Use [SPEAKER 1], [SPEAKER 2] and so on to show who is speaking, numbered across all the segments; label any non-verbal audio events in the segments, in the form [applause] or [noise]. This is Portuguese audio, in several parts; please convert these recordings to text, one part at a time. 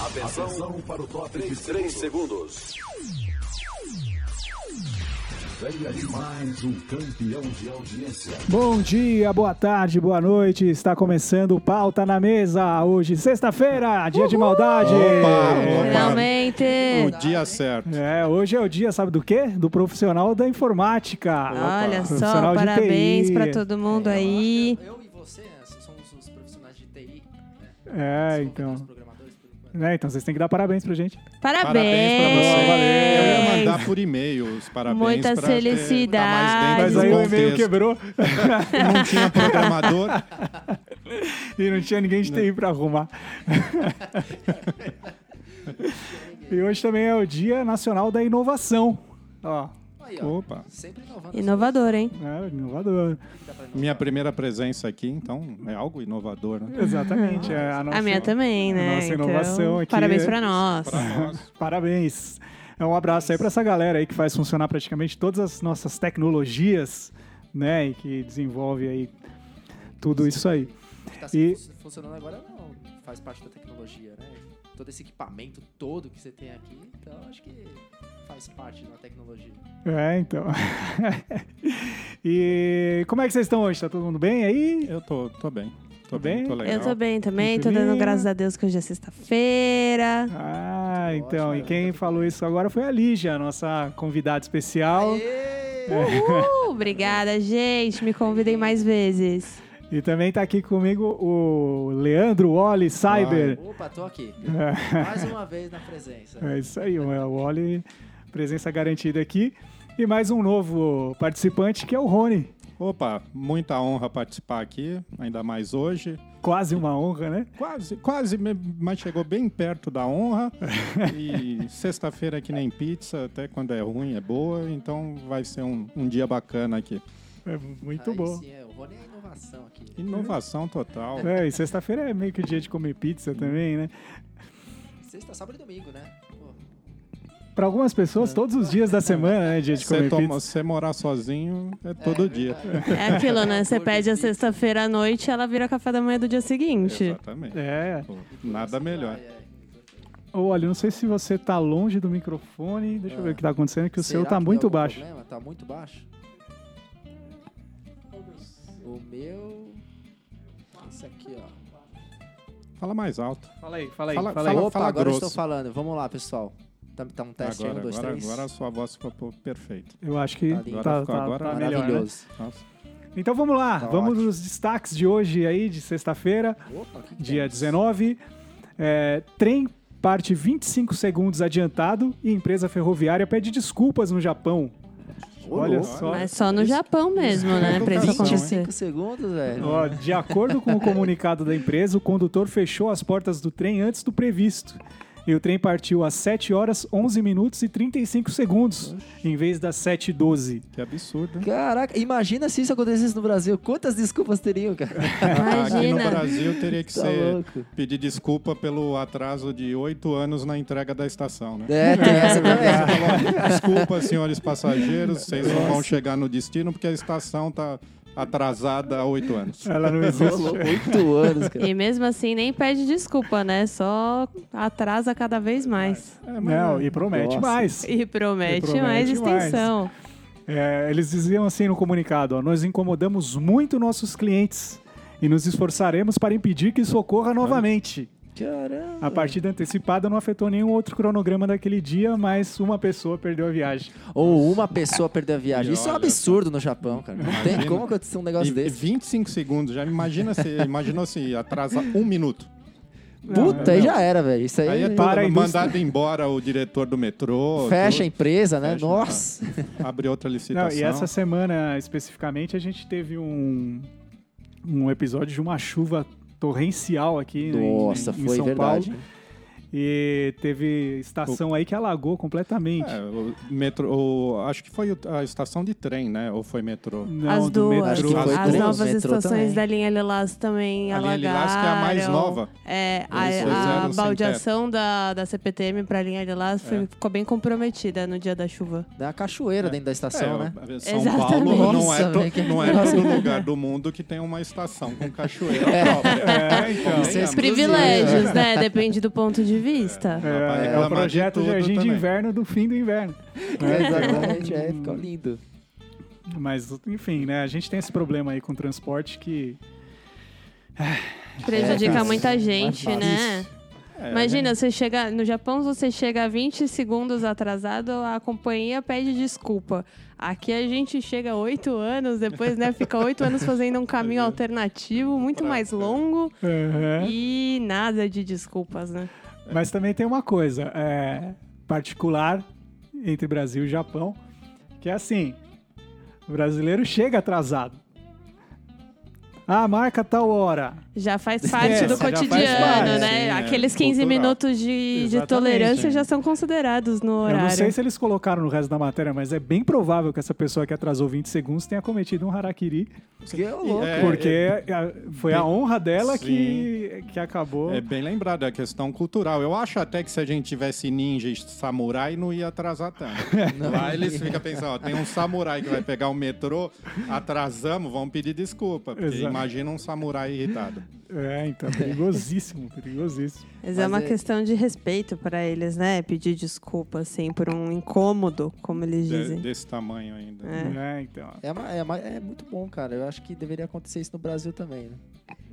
[SPEAKER 1] Atenção, para o top de 3 segundos. Vem aí mais um campeão de audiência.
[SPEAKER 2] Bom dia, boa tarde, boa noite. Está começando o Pauta na Mesa. Hoje, sexta-feira, dia de maldade.
[SPEAKER 3] Finalmente!
[SPEAKER 4] O dia certo.
[SPEAKER 2] É, hoje é o dia, sabe do quê? Do profissional da informática.
[SPEAKER 3] Olha só,
[SPEAKER 2] Profissional de
[SPEAKER 3] parabéns
[SPEAKER 2] TI.
[SPEAKER 3] pra todo mundo aí.
[SPEAKER 5] Eu e você né, somos os profissionais de TI. Né?
[SPEAKER 2] É,
[SPEAKER 5] Somos
[SPEAKER 2] então.
[SPEAKER 5] Os programadores, por enquanto.
[SPEAKER 2] Né, então vocês têm que dar parabéns pra gente.
[SPEAKER 3] Parabéns!
[SPEAKER 4] Parabéns pra você. Eu ia
[SPEAKER 3] Parabéns!
[SPEAKER 4] mandar por e-mail os parabéns.
[SPEAKER 3] Muitas
[SPEAKER 4] pra ter-
[SPEAKER 3] felicidades.
[SPEAKER 4] tá mais dentro
[SPEAKER 2] Mas
[SPEAKER 4] do
[SPEAKER 2] aí o e-mail
[SPEAKER 4] contexto.
[SPEAKER 2] quebrou [laughs]
[SPEAKER 4] Não tinha um programador.
[SPEAKER 2] e não tinha ninguém de TI pra arrumar. [laughs] e hoje também é o Dia Nacional da Inovação. Ó,
[SPEAKER 5] Aí, ó.
[SPEAKER 4] Opa,
[SPEAKER 5] Sempre inovando.
[SPEAKER 3] Inovador, hein?
[SPEAKER 2] é, inovador.
[SPEAKER 4] minha primeira presença aqui, então é algo inovador, né?
[SPEAKER 2] Exatamente. é a,
[SPEAKER 3] A
[SPEAKER 2] nossa-
[SPEAKER 3] minha também, né?
[SPEAKER 2] nossa
[SPEAKER 3] Então,
[SPEAKER 2] inovação aqui
[SPEAKER 3] Parabéns
[SPEAKER 2] é-
[SPEAKER 3] pra nós.
[SPEAKER 4] Pra nós.
[SPEAKER 2] Parabéns. É um abraço aí para essa galera aí que faz funcionar praticamente todas as nossas tecnologias, né, e que desenvolve aí tudo isso aí.
[SPEAKER 5] Que tá
[SPEAKER 2] E-
[SPEAKER 5] fun- funcionando agora não. Faz parte da tecnologia, né? Todo esse equipamento todo que você tem aqui. Então, acho que faz parte da tecnologia.
[SPEAKER 2] É, então. [laughs] e como é que vocês estão hoje? Tá todo mundo bem aí?
[SPEAKER 4] Eu tô, tô bem. Tô
[SPEAKER 2] Tá
[SPEAKER 4] bem,
[SPEAKER 2] bem?
[SPEAKER 4] tô legal.
[SPEAKER 3] Eu tô bem também, tô
[SPEAKER 2] Tranquilinha.
[SPEAKER 3] dando graças a Deus que hoje é sexta-feira.
[SPEAKER 2] Ah,
[SPEAKER 5] Muito
[SPEAKER 2] então,
[SPEAKER 5] ótimo,
[SPEAKER 2] e
[SPEAKER 5] né?
[SPEAKER 2] quem falou isso agora foi a Lígia, nossa convidada especial.
[SPEAKER 3] Uhul! Uh, Obrigada, gente. Me convidem mais vezes.
[SPEAKER 2] E também tá aqui comigo o Leandro Oli Cyber.
[SPEAKER 5] Opa, tô aqui. Mais uma vez na presença.
[SPEAKER 2] É isso aí, o Oli, presença garantida aqui. E mais um novo participante que é o Rony.
[SPEAKER 4] Opa, muita honra participar aqui, ainda mais hoje.
[SPEAKER 2] Quase uma honra, né?
[SPEAKER 4] Quase, quase, me- mas chegou bem perto da honra.
[SPEAKER 2] [laughs]
[SPEAKER 4] E sexta-feira é que nem pizza, até quando é ruim é boa, então vai ser um, um dia bacana aqui.
[SPEAKER 2] É muito
[SPEAKER 5] Aí
[SPEAKER 2] bom.
[SPEAKER 5] Sim, é, o Rony é a inovação aqui.
[SPEAKER 4] Inovação total.
[SPEAKER 2] É, e sexta-feira é meio que dia de comer pizza também, né?
[SPEAKER 5] Sexta, sábado e domingo, né? Pô,
[SPEAKER 2] Para algumas pessoas, todos os dias da semana é dia de
[SPEAKER 4] Você
[SPEAKER 2] comer
[SPEAKER 4] toma-
[SPEAKER 2] pizza.
[SPEAKER 4] você morar sozinho é todo
[SPEAKER 5] é
[SPEAKER 4] dia.
[SPEAKER 5] verdade.
[SPEAKER 3] É aquilo, né? Você
[SPEAKER 5] Hambúrguer,
[SPEAKER 3] pede a
[SPEAKER 5] pizza.
[SPEAKER 3] sexta-feira à noite ela vira café da manhã do dia seguinte.
[SPEAKER 4] Exatamente.
[SPEAKER 2] É.
[SPEAKER 4] Pô, Nada melhor.
[SPEAKER 5] Ai, ai.
[SPEAKER 2] Ô, Olha, não sei se você tá longe do microfone. Deixa eu ver o que tá acontecendo, que o
[SPEAKER 5] Ah. Será
[SPEAKER 2] seu tá
[SPEAKER 5] que tem
[SPEAKER 2] muito
[SPEAKER 5] algum
[SPEAKER 2] baixo.
[SPEAKER 5] Problema? Tá muito baixo? O meu. Esse aqui, ó.
[SPEAKER 4] Fala mais alto.
[SPEAKER 2] Fala aí, fala aí.
[SPEAKER 4] Fala-
[SPEAKER 2] fala aí.
[SPEAKER 4] fala-
[SPEAKER 5] Opa, agora eu estou
[SPEAKER 4] grosso.
[SPEAKER 5] falando. Vamos lá, pessoal. Tá, tá um teste aí,
[SPEAKER 4] agora,
[SPEAKER 5] um, dois,
[SPEAKER 4] agora,
[SPEAKER 5] três.
[SPEAKER 4] agora a sua voz ficou pô, perfeita.
[SPEAKER 2] Eu acho que
[SPEAKER 5] Tá
[SPEAKER 2] tá,
[SPEAKER 5] lindo.
[SPEAKER 2] tá,
[SPEAKER 4] Ficou agora
[SPEAKER 2] tá melhor. né?
[SPEAKER 5] Maravilhoso.
[SPEAKER 4] Nossa.
[SPEAKER 2] Então vamos lá,
[SPEAKER 5] Tá
[SPEAKER 2] vamos
[SPEAKER 5] ótimo.
[SPEAKER 2] nos destaques de hoje aí, de sexta-feira.
[SPEAKER 5] Opa, que que
[SPEAKER 2] dia
[SPEAKER 5] é?
[SPEAKER 2] 19. É, trem parte 25 segundos adiantado e empresa ferroviária pede desculpas no Japão.
[SPEAKER 5] Ô,
[SPEAKER 2] Olha
[SPEAKER 5] louco.
[SPEAKER 2] só.
[SPEAKER 3] Mas só no Japão mesmo, né? Pra
[SPEAKER 4] Educação,
[SPEAKER 3] isso
[SPEAKER 4] hein?
[SPEAKER 3] acontecer.
[SPEAKER 5] 25 segundos, velho.
[SPEAKER 2] Ó, de acordo com o comunicado da empresa, o condutor fechou as portas do trem antes do previsto. E o trem partiu às 7 horas, 11 minutos e 35 segundos, em vez das 7 e 12.
[SPEAKER 4] Que absurdo.
[SPEAKER 5] Caraca, imagina se isso acontecesse no Brasil. Quantas desculpas teriam,
[SPEAKER 4] É,
[SPEAKER 5] cara?
[SPEAKER 4] Aqui no
[SPEAKER 3] Imagina.
[SPEAKER 4] Brasil teria que
[SPEAKER 5] Tá
[SPEAKER 4] ser
[SPEAKER 5] louco.
[SPEAKER 4] pedir desculpa pelo atraso de oito anos na entrega da estação,
[SPEAKER 5] [laughs]
[SPEAKER 4] né?
[SPEAKER 5] É, tem essa também.
[SPEAKER 4] [laughs] Falou, Desculpa, senhores passageiros, vocês não vão chegar no destino porque a estação tá atrasada há oito anos.
[SPEAKER 2] Ela [laughs] não
[SPEAKER 5] Ô,
[SPEAKER 2] existe.
[SPEAKER 5] louco, Oito anos,
[SPEAKER 3] [laughs]
[SPEAKER 5] cara.
[SPEAKER 3] E mesmo assim nem pede desculpa, né? Só atrasa cada vez mais.
[SPEAKER 4] É, mas-
[SPEAKER 2] Não, e promete
[SPEAKER 5] Nossa.
[SPEAKER 2] mais.
[SPEAKER 3] E promete,
[SPEAKER 2] E promete
[SPEAKER 3] mais
[SPEAKER 2] mais.
[SPEAKER 3] extensão.
[SPEAKER 2] É, eles diziam assim no comunicado: ó, nós incomodamos muito nossos clientes e nos esforçaremos para impedir que isso ocorra novamente.
[SPEAKER 5] Caramba.
[SPEAKER 2] A partida antecipada não afetou nenhum outro cronograma daquele dia, mas uma pessoa perdeu a viagem.
[SPEAKER 5] Ou uma pessoa perdeu a viagem.
[SPEAKER 4] E
[SPEAKER 5] Isso é um
[SPEAKER 4] olha,
[SPEAKER 5] absurdo no Japão, cara. Não tem
[SPEAKER 4] Imagina.
[SPEAKER 5] como acontecer um negócio
[SPEAKER 4] E
[SPEAKER 5] desse.
[SPEAKER 4] 25 segundos, já imagina se, imaginou se atrasa um minuto.
[SPEAKER 5] Puta, aí já era, velho. Isso aí,
[SPEAKER 4] Aí é
[SPEAKER 2] Para a
[SPEAKER 4] para
[SPEAKER 2] indústria.
[SPEAKER 4] mandado embora o diretor do metrô.
[SPEAKER 5] fecha a empresa, né?
[SPEAKER 4] Fecha,
[SPEAKER 5] Nossa.
[SPEAKER 4] tudo, Abre outra
[SPEAKER 2] Não,
[SPEAKER 4] licitação.
[SPEAKER 2] e essa semana especificamente a gente teve um, um episódio de uma chuva torrencial aqui né, em-
[SPEAKER 5] Nossa,
[SPEAKER 2] em,
[SPEAKER 5] foi
[SPEAKER 2] São
[SPEAKER 5] verdade.
[SPEAKER 2] Paulo. E teve estação aí que alagou completamente.
[SPEAKER 4] É, o metrô, o- acho que foi o- a estação de trem, né? Ou foi metrô?
[SPEAKER 2] Não,
[SPEAKER 3] as
[SPEAKER 2] do
[SPEAKER 3] duas,
[SPEAKER 2] metrô.
[SPEAKER 5] Acho que foi
[SPEAKER 3] as
[SPEAKER 5] duas,
[SPEAKER 3] novas
[SPEAKER 5] metrô
[SPEAKER 3] estações
[SPEAKER 5] também.
[SPEAKER 3] da linha Lilás também
[SPEAKER 4] A linha
[SPEAKER 3] alagaram.
[SPEAKER 4] Lilás, que é a mais nova.
[SPEAKER 3] É,
[SPEAKER 4] Eles
[SPEAKER 3] a, a
[SPEAKER 4] fizeram sem
[SPEAKER 3] baldeação da, da CPTM pra linha Lilás foi, ficou bem comprometida no dia da chuva.
[SPEAKER 5] Dá uma cachoeira dentro da estação, né?
[SPEAKER 4] É, São
[SPEAKER 3] Exatamente.
[SPEAKER 4] Paulo não
[SPEAKER 5] Nossa,
[SPEAKER 4] é, to-
[SPEAKER 5] velho, que-
[SPEAKER 4] não é todo lugar do mundo que tem uma estação com cachoeira própria.
[SPEAKER 2] É, então.
[SPEAKER 4] Convenhamos.
[SPEAKER 5] Isso é Exclusivo.
[SPEAKER 3] Privilégios, né? Depende do ponto de vista.
[SPEAKER 2] É,
[SPEAKER 4] Dá pra
[SPEAKER 2] é o
[SPEAKER 4] reclamar de
[SPEAKER 2] projeto
[SPEAKER 4] tudo
[SPEAKER 2] Jardim de
[SPEAKER 4] também.
[SPEAKER 2] Inverno do fim do inverno.
[SPEAKER 5] [laughs] É, exatamente, é,
[SPEAKER 4] Hum.
[SPEAKER 5] ficou lindo.
[SPEAKER 2] Mas, enfim, né? A gente tem esse problema aí com o transporte que.
[SPEAKER 3] Prejudica
[SPEAKER 4] É,
[SPEAKER 3] muita
[SPEAKER 5] mais
[SPEAKER 3] gente,
[SPEAKER 5] fácil.
[SPEAKER 3] né?
[SPEAKER 4] É,
[SPEAKER 3] Imagina,
[SPEAKER 2] né?
[SPEAKER 3] você chega no Japão, você chega 20 segundos atrasado, a companhia pede desculpa. Aqui a gente chega oito anos depois, né? Fica oito anos fazendo
[SPEAKER 2] [laughs]
[SPEAKER 3] um caminho
[SPEAKER 2] É.
[SPEAKER 3] alternativo, muito
[SPEAKER 2] Ah,
[SPEAKER 3] mais longo Uhum. e nada de desculpas, né?
[SPEAKER 2] Mas também tem uma coisa é, particular entre Brasil e Japão, que é assim: o brasileiro chega atrasado. Ah, marca tal hora.
[SPEAKER 3] Já faz
[SPEAKER 2] Esquece,
[SPEAKER 3] parte do
[SPEAKER 2] É, já faz
[SPEAKER 3] cotidiano,
[SPEAKER 2] parte,
[SPEAKER 3] né?
[SPEAKER 4] sim, é,
[SPEAKER 3] Aqueles 15
[SPEAKER 4] cultural.
[SPEAKER 3] minutos de, de
[SPEAKER 4] Exatamente,
[SPEAKER 3] tolerância
[SPEAKER 4] é.
[SPEAKER 3] já são considerados no
[SPEAKER 2] Eu
[SPEAKER 3] horário.
[SPEAKER 2] não sei se eles colocaram no resto da matéria, mas é bem provável que essa pessoa que atrasou 20 segundos tenha cometido um harakiri,
[SPEAKER 5] Que é louco.
[SPEAKER 4] É,
[SPEAKER 2] porque a- foi a honra dela que, que acabou.
[SPEAKER 4] É bem lembrado a questão cultural. Eu acho até que se a gente tivesse ninja e samurai, não ia atrasar tanto.
[SPEAKER 5] né?
[SPEAKER 4] Lá eles ficam pensando, ó, tem um samurai que vai pegar o metrô, atrasamos, vão pedir desculpa. Porque
[SPEAKER 2] Exato.
[SPEAKER 4] imagina um samurai irritado.
[SPEAKER 2] É, então,
[SPEAKER 4] [laughs]
[SPEAKER 2] perigosíssimo, perigosíssimo.
[SPEAKER 3] Mas, é
[SPEAKER 5] Mas
[SPEAKER 3] uma
[SPEAKER 5] é-
[SPEAKER 3] questão de respeito pra eles, né? Pedir desculpa, assim, por um incômodo, como eles
[SPEAKER 4] É, de-
[SPEAKER 3] dizem.
[SPEAKER 4] desse tamanho ainda.
[SPEAKER 2] É, então.
[SPEAKER 5] [laughs] É, ma- é ma- é muito bom, cara. Eu acho que deveria acontecer isso no Brasil também, né?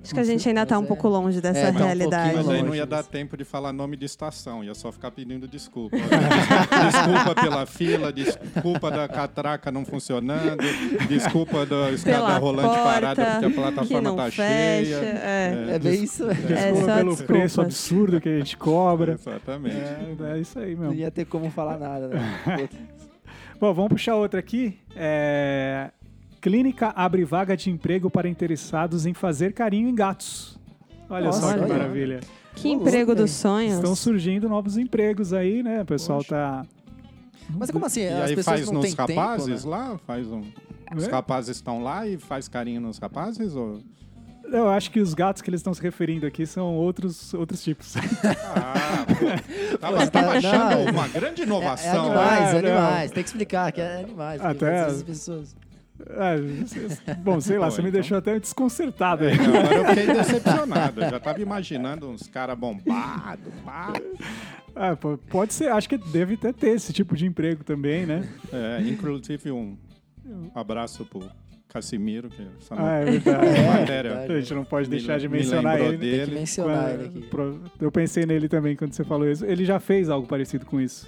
[SPEAKER 3] Acho que a gente ainda tá um
[SPEAKER 5] Mas é-
[SPEAKER 3] pouco longe dessa
[SPEAKER 5] é, tá um
[SPEAKER 3] realidade.
[SPEAKER 4] Mas
[SPEAKER 5] pouquinho
[SPEAKER 4] aí não
[SPEAKER 5] longe
[SPEAKER 4] ia dar
[SPEAKER 5] disso.
[SPEAKER 4] tempo de falar nome de estação, ia só ficar pedindo desculpa. desculpa pela fila, desculpa da catraca não funcionando, desculpa da escada
[SPEAKER 3] Pela
[SPEAKER 4] Tá rolante
[SPEAKER 3] porta,
[SPEAKER 4] parada porque a
[SPEAKER 3] que
[SPEAKER 4] plataforma
[SPEAKER 3] não
[SPEAKER 4] tá
[SPEAKER 3] fecha.
[SPEAKER 4] cheia.
[SPEAKER 3] É.
[SPEAKER 5] É bem isso.
[SPEAKER 2] Desculpa
[SPEAKER 3] só
[SPEAKER 2] pelo
[SPEAKER 3] desculpas.
[SPEAKER 2] preço absurdo que a gente cobra.
[SPEAKER 4] Exatamente.
[SPEAKER 2] É, é isso aí
[SPEAKER 5] Não
[SPEAKER 2] mesmo.
[SPEAKER 5] ia ter como falar nada,
[SPEAKER 4] [laughs]
[SPEAKER 5] né?
[SPEAKER 2] Bom, vamos puxar outra aqui. É, Clínica abre vaga de emprego para interessados em fazer carinho em gatos. Olha
[SPEAKER 5] Nossa,
[SPEAKER 2] só que
[SPEAKER 5] olha.
[SPEAKER 2] maravilha.
[SPEAKER 3] Que
[SPEAKER 5] Ô,
[SPEAKER 3] emprego
[SPEAKER 5] louco,
[SPEAKER 3] dos
[SPEAKER 5] hein?
[SPEAKER 3] sonhos.
[SPEAKER 2] Estão surgindo novos empregos aí, né? O pessoal tá.
[SPEAKER 5] Mas como assim?
[SPEAKER 4] E
[SPEAKER 5] As
[SPEAKER 4] aí
[SPEAKER 5] pessoas
[SPEAKER 4] faz
[SPEAKER 5] não
[SPEAKER 4] nos
[SPEAKER 5] têm
[SPEAKER 4] rapazes
[SPEAKER 5] tempo, né?
[SPEAKER 4] lá? Faz um. Os
[SPEAKER 2] É?
[SPEAKER 4] rapazes estão lá e faz carinho nos rapazes? Ou...
[SPEAKER 2] Eu acho que os gatos que eles estão se referindo aqui são outros, outros tipos. [laughs]
[SPEAKER 4] Ah, pô. Tava,
[SPEAKER 5] Mas tá-
[SPEAKER 4] tava achando
[SPEAKER 5] não.
[SPEAKER 4] uma grande
[SPEAKER 5] É, é
[SPEAKER 4] inovação.
[SPEAKER 5] animais,
[SPEAKER 2] Ah,
[SPEAKER 5] é animais. Tem que explicar que é animais. porque
[SPEAKER 2] Até-
[SPEAKER 5] Essas pessoas...
[SPEAKER 2] Ah, Bom, sei lá,
[SPEAKER 4] Pô,
[SPEAKER 2] você me
[SPEAKER 4] então.
[SPEAKER 2] deixou até desconcertado aí.
[SPEAKER 4] É, não, agora eu fiquei decepcionado. Eu já tava imaginando uns caras bombados, pá.
[SPEAKER 2] Ah, pô, pode ser, acho que deve até ter esse tipo de emprego também,
[SPEAKER 4] [laughs]
[SPEAKER 2] né?
[SPEAKER 4] É, inclusive um abraço pro Casimiro, que essa
[SPEAKER 2] Ah,
[SPEAKER 4] ah,
[SPEAKER 2] é verdade.
[SPEAKER 4] matéria.
[SPEAKER 5] [laughs] verdade.
[SPEAKER 2] A gente não pode
[SPEAKER 4] me
[SPEAKER 2] deixar de
[SPEAKER 4] lem- me
[SPEAKER 2] mencionar
[SPEAKER 4] lembrou
[SPEAKER 2] ele.
[SPEAKER 5] Tem que
[SPEAKER 4] Dele.
[SPEAKER 5] mencionar ele aqui.
[SPEAKER 2] É, Pro- Eu pensei nele também quando você falou isso. Ele já fez algo parecido com isso.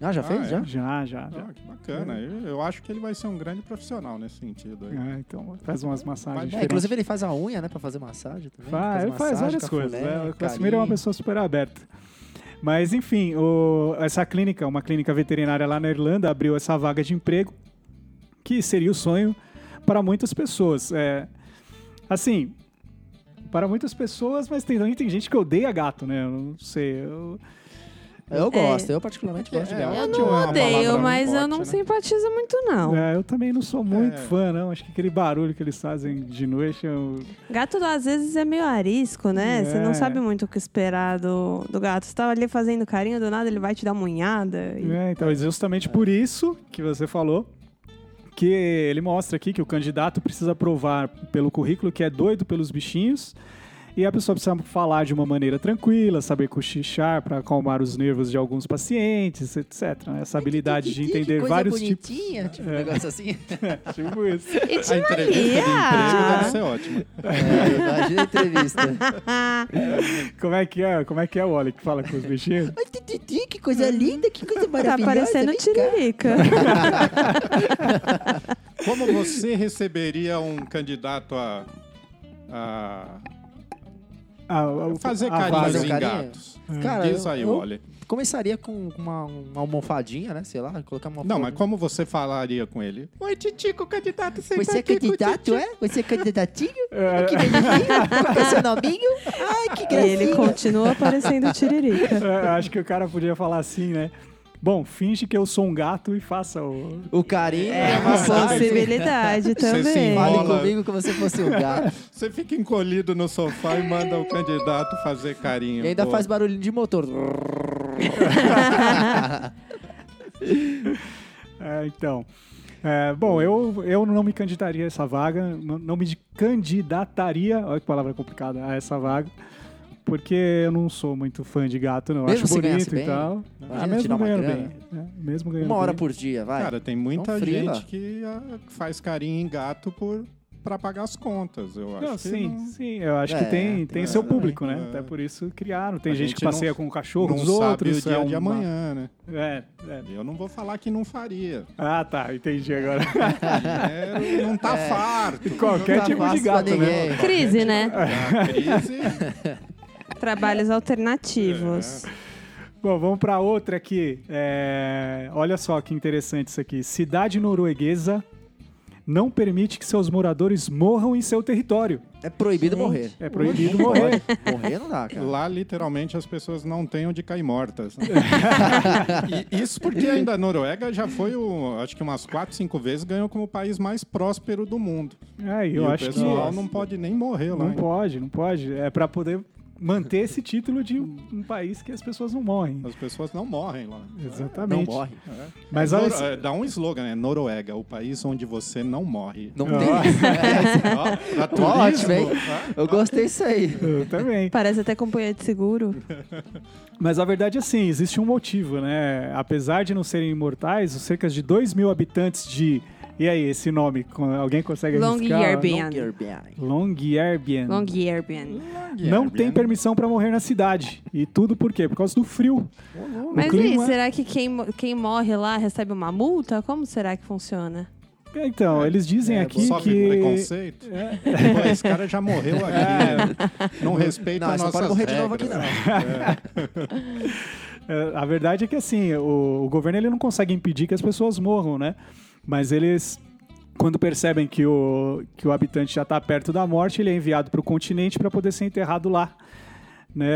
[SPEAKER 5] Ah, já
[SPEAKER 4] Ah,
[SPEAKER 5] fez?
[SPEAKER 4] é?
[SPEAKER 5] Já?
[SPEAKER 2] Já, já, já.
[SPEAKER 4] Ah, que bacana. Eu, eu acho que ele vai ser um grande profissional nesse sentido. Aí.
[SPEAKER 2] Ah, então faz umas massagens.
[SPEAKER 4] Mas,
[SPEAKER 5] É,
[SPEAKER 2] diferentes.
[SPEAKER 5] inclusive ele faz a unha, né? Pra fazer massagem também.
[SPEAKER 2] Faz, ele faz
[SPEAKER 5] massagem,
[SPEAKER 2] várias coisas.
[SPEAKER 5] cafuné,
[SPEAKER 2] né? O Casimiro é uma
[SPEAKER 5] carinho.
[SPEAKER 2] pessoa super aberta. Mas, enfim, o- essa clínica, uma clínica veterinária lá na Irlanda, abriu essa vaga de emprego, que seria o sonho para muitas pessoas. É, assim, para muitas pessoas, mas tem, também tem gente que odeia gato, né? Eu não sei. eu-
[SPEAKER 5] Eu gosto, eu particularmente gosto de
[SPEAKER 4] É,
[SPEAKER 5] gato.
[SPEAKER 4] é
[SPEAKER 3] Eu
[SPEAKER 4] Ótimo, é uma
[SPEAKER 3] não odeio,
[SPEAKER 4] palavra
[SPEAKER 3] mas
[SPEAKER 4] forte,
[SPEAKER 3] eu não
[SPEAKER 4] né?
[SPEAKER 3] simpatizo muito, não.
[SPEAKER 2] é, eu também não sou muito
[SPEAKER 4] É.
[SPEAKER 2] fã, não. Acho que aquele barulho que eles fazem de noite. é eu-
[SPEAKER 3] Gato, às vezes, é meio arisco, né? Você
[SPEAKER 2] É.
[SPEAKER 3] não sabe muito o que esperar do, do gato. Você tá ali fazendo carinho, do nada ele vai te dar uma unhada. e-
[SPEAKER 2] É, então, é justamente por isso que você falou que ele mostra aqui que o candidato precisa provar pelo currículo que é doido pelos bichinhos e a pessoa precisa falar de uma maneira tranquila, saber cochichar para acalmar os nervos de alguns pacientes, etc. né? Essa habilidade de entender vários tipos.
[SPEAKER 5] bonitinha, tipo, um negócio assim.
[SPEAKER 2] [laughs] Tipo isso.
[SPEAKER 3] E
[SPEAKER 4] A
[SPEAKER 3] te
[SPEAKER 4] entrevista de emprego deve
[SPEAKER 3] Maria!
[SPEAKER 4] ser ótima.
[SPEAKER 5] [laughs] É, imagina a entrevista.
[SPEAKER 2] Como é que é? Como é que é o Oli que fala com os bichinhos?
[SPEAKER 5] Ai, Tititi, que coisa linda, que coisa
[SPEAKER 3] Tá
[SPEAKER 5] maravilhosa.
[SPEAKER 3] parecendo
[SPEAKER 5] vem cá.
[SPEAKER 3] tiririca.
[SPEAKER 4] Como você receberia um candidato a, a
[SPEAKER 2] Ah, o-
[SPEAKER 4] fazer
[SPEAKER 2] a
[SPEAKER 4] carinhos
[SPEAKER 2] vaga.
[SPEAKER 4] em
[SPEAKER 5] Fazer carinho?
[SPEAKER 4] gatos?
[SPEAKER 5] Cara,
[SPEAKER 4] Diz aí,
[SPEAKER 5] eu- eu-
[SPEAKER 4] Wally.
[SPEAKER 5] Começaria com uma, uma almofadinha, né? Sei lá, colocar uma
[SPEAKER 4] Não, mas como você falaria com ele? Oi, Titico, candidato, você
[SPEAKER 5] Você é candidato, é? Você é candidatinho?
[SPEAKER 2] É.
[SPEAKER 5] Que bonitinho? Qual que é seu nominho? Ai, que
[SPEAKER 3] E ele
[SPEAKER 5] gracinha.
[SPEAKER 3] continua parecendo tiririca.
[SPEAKER 2] [laughs] Eu É, acho que o cara podia falar assim, né? Bom, finge que eu sou um gato e faça o.
[SPEAKER 5] O carinho é,
[SPEAKER 3] É uma
[SPEAKER 4] verdade.
[SPEAKER 3] possibilidade
[SPEAKER 4] se
[SPEAKER 3] também.
[SPEAKER 4] envolve.
[SPEAKER 5] Fale
[SPEAKER 4] Bola.
[SPEAKER 5] comigo como se fosse um gato.
[SPEAKER 4] Você fica encolhido no sofá e manda o candidato fazer carinho.
[SPEAKER 5] E ainda
[SPEAKER 4] Pô,
[SPEAKER 5] faz barulhinho de motor.
[SPEAKER 2] É, então. É, bom, eu, eu não me candidaria a essa vaga, não não me candidataria, olha que palavra complicada, a essa vaga, Porque eu não sou muito fã de gato, não.
[SPEAKER 5] Mesmo
[SPEAKER 2] Acho
[SPEAKER 5] se ganhasse
[SPEAKER 2] bonito e
[SPEAKER 5] bem?
[SPEAKER 2] tal. Ah,
[SPEAKER 5] Imagina te
[SPEAKER 2] mesmo
[SPEAKER 5] dar uma
[SPEAKER 2] ganhando
[SPEAKER 5] grana.
[SPEAKER 2] bem. né? mesmo ganhando
[SPEAKER 5] Uma hora
[SPEAKER 2] bem.
[SPEAKER 5] por dia, vai.
[SPEAKER 4] Cara, tem muita
[SPEAKER 5] Então, frila.
[SPEAKER 4] gente que ah, faz carinho em gato por, pra pagar as contas, eu acho.
[SPEAKER 2] Não,
[SPEAKER 4] que
[SPEAKER 2] sim,
[SPEAKER 4] não-
[SPEAKER 2] sim. Eu acho
[SPEAKER 5] assim, É,
[SPEAKER 2] que tem,
[SPEAKER 5] tem
[SPEAKER 2] tem
[SPEAKER 5] isso
[SPEAKER 2] seu
[SPEAKER 5] também.
[SPEAKER 2] público, né?
[SPEAKER 4] É.
[SPEAKER 2] Até por isso criaram. Tem
[SPEAKER 4] A
[SPEAKER 2] gente,
[SPEAKER 4] gente
[SPEAKER 2] que
[SPEAKER 4] não-
[SPEAKER 2] passeia com o cachorro,
[SPEAKER 4] não
[SPEAKER 2] os
[SPEAKER 4] sabe
[SPEAKER 2] outros.
[SPEAKER 4] o dia
[SPEAKER 2] é
[SPEAKER 4] de
[SPEAKER 2] uma-
[SPEAKER 4] amanhã, né?
[SPEAKER 2] É, é.
[SPEAKER 4] Eu não vou falar que não
[SPEAKER 5] [laughs]
[SPEAKER 4] faria.
[SPEAKER 2] Ah, tá. Entendi agora.
[SPEAKER 4] É, não tá farto.
[SPEAKER 2] Qualquer
[SPEAKER 5] tá
[SPEAKER 2] tipo de
[SPEAKER 5] fácil pra
[SPEAKER 2] gato, né?
[SPEAKER 5] ninguém.
[SPEAKER 3] Crise,
[SPEAKER 5] É.
[SPEAKER 3] né?
[SPEAKER 4] A crise
[SPEAKER 3] Trabalhos alternativos.
[SPEAKER 2] Bom, vamos para outra aqui. É, Olha só que interessante isso aqui. Cidade norueguesa não permite que seus moradores morram em seu território.
[SPEAKER 5] É proibido
[SPEAKER 3] Gente.
[SPEAKER 5] morrer.
[SPEAKER 2] É proibido
[SPEAKER 5] Não
[SPEAKER 2] morrer.
[SPEAKER 5] pode. Morrer não dá, cara.
[SPEAKER 4] Lá, literalmente, as pessoas não têm onde cair mortas.
[SPEAKER 5] [laughs]
[SPEAKER 4] né? E isso porque ainda a Noruega já foi, o, acho que umas quatro, cinco vezes, ganhou como o país mais próspero do mundo.
[SPEAKER 2] Aí,
[SPEAKER 4] e
[SPEAKER 2] eu
[SPEAKER 4] o
[SPEAKER 2] acho que
[SPEAKER 4] pessoal não pode nem morrer lá.
[SPEAKER 2] não
[SPEAKER 4] hein?
[SPEAKER 2] pode, não pode. É para poder manter esse título de um um país que as pessoas não morrem.
[SPEAKER 4] As pessoas não morrem lá.
[SPEAKER 5] Não
[SPEAKER 2] Exatamente.
[SPEAKER 5] morre.
[SPEAKER 2] Mas olha,
[SPEAKER 4] Noro-
[SPEAKER 2] esse-
[SPEAKER 4] eh, Dá um slogan, né? Noruega, o país onde você não morre.
[SPEAKER 5] Não
[SPEAKER 2] Ó.
[SPEAKER 5] [laughs] tem isso. né?
[SPEAKER 4] Ó,
[SPEAKER 5] [laughs]
[SPEAKER 4] dá
[SPEAKER 5] Ótimo,
[SPEAKER 4] turismo,
[SPEAKER 5] hein?
[SPEAKER 4] tá?
[SPEAKER 5] Eu gostei disso aí.
[SPEAKER 2] eu também.
[SPEAKER 3] Parece até companhia de seguro.
[SPEAKER 2] Mas a verdade é assim, existe um motivo, né? Apesar de não serem imortais, os cerca de 2 mil habitantes de... E aí, esse nome? Com- Alguém consegue arriscar?
[SPEAKER 3] Longyearbyen.
[SPEAKER 5] Longyearbyen.
[SPEAKER 2] Longyearbyen.
[SPEAKER 3] Longyearbyen.
[SPEAKER 2] Não tem permissão pra morrer na cidade. E tudo por quê? Por causa do frio.
[SPEAKER 3] Mas é- e aí,
[SPEAKER 2] clima- é-
[SPEAKER 3] será que quem, mo- quem morre lá recebe uma multa? Como será que funciona?
[SPEAKER 2] Então, eles dizem aqui
[SPEAKER 4] Sofre
[SPEAKER 2] que... É.
[SPEAKER 4] preconceito. Pô, esse cara já morreu aqui. Não respeita
[SPEAKER 5] Não,
[SPEAKER 4] as
[SPEAKER 5] você não
[SPEAKER 4] nossas
[SPEAKER 5] pode morrer de novo aqui,
[SPEAKER 4] regras.
[SPEAKER 5] não.
[SPEAKER 2] É, A verdade é que, assim, o, o governo ele não consegue impedir que as pessoas morram, né? Mas eles... Quando percebem que o, que o habitante já está perto da morte, ele é enviado para o continente para poder ser enterrado lá. Né?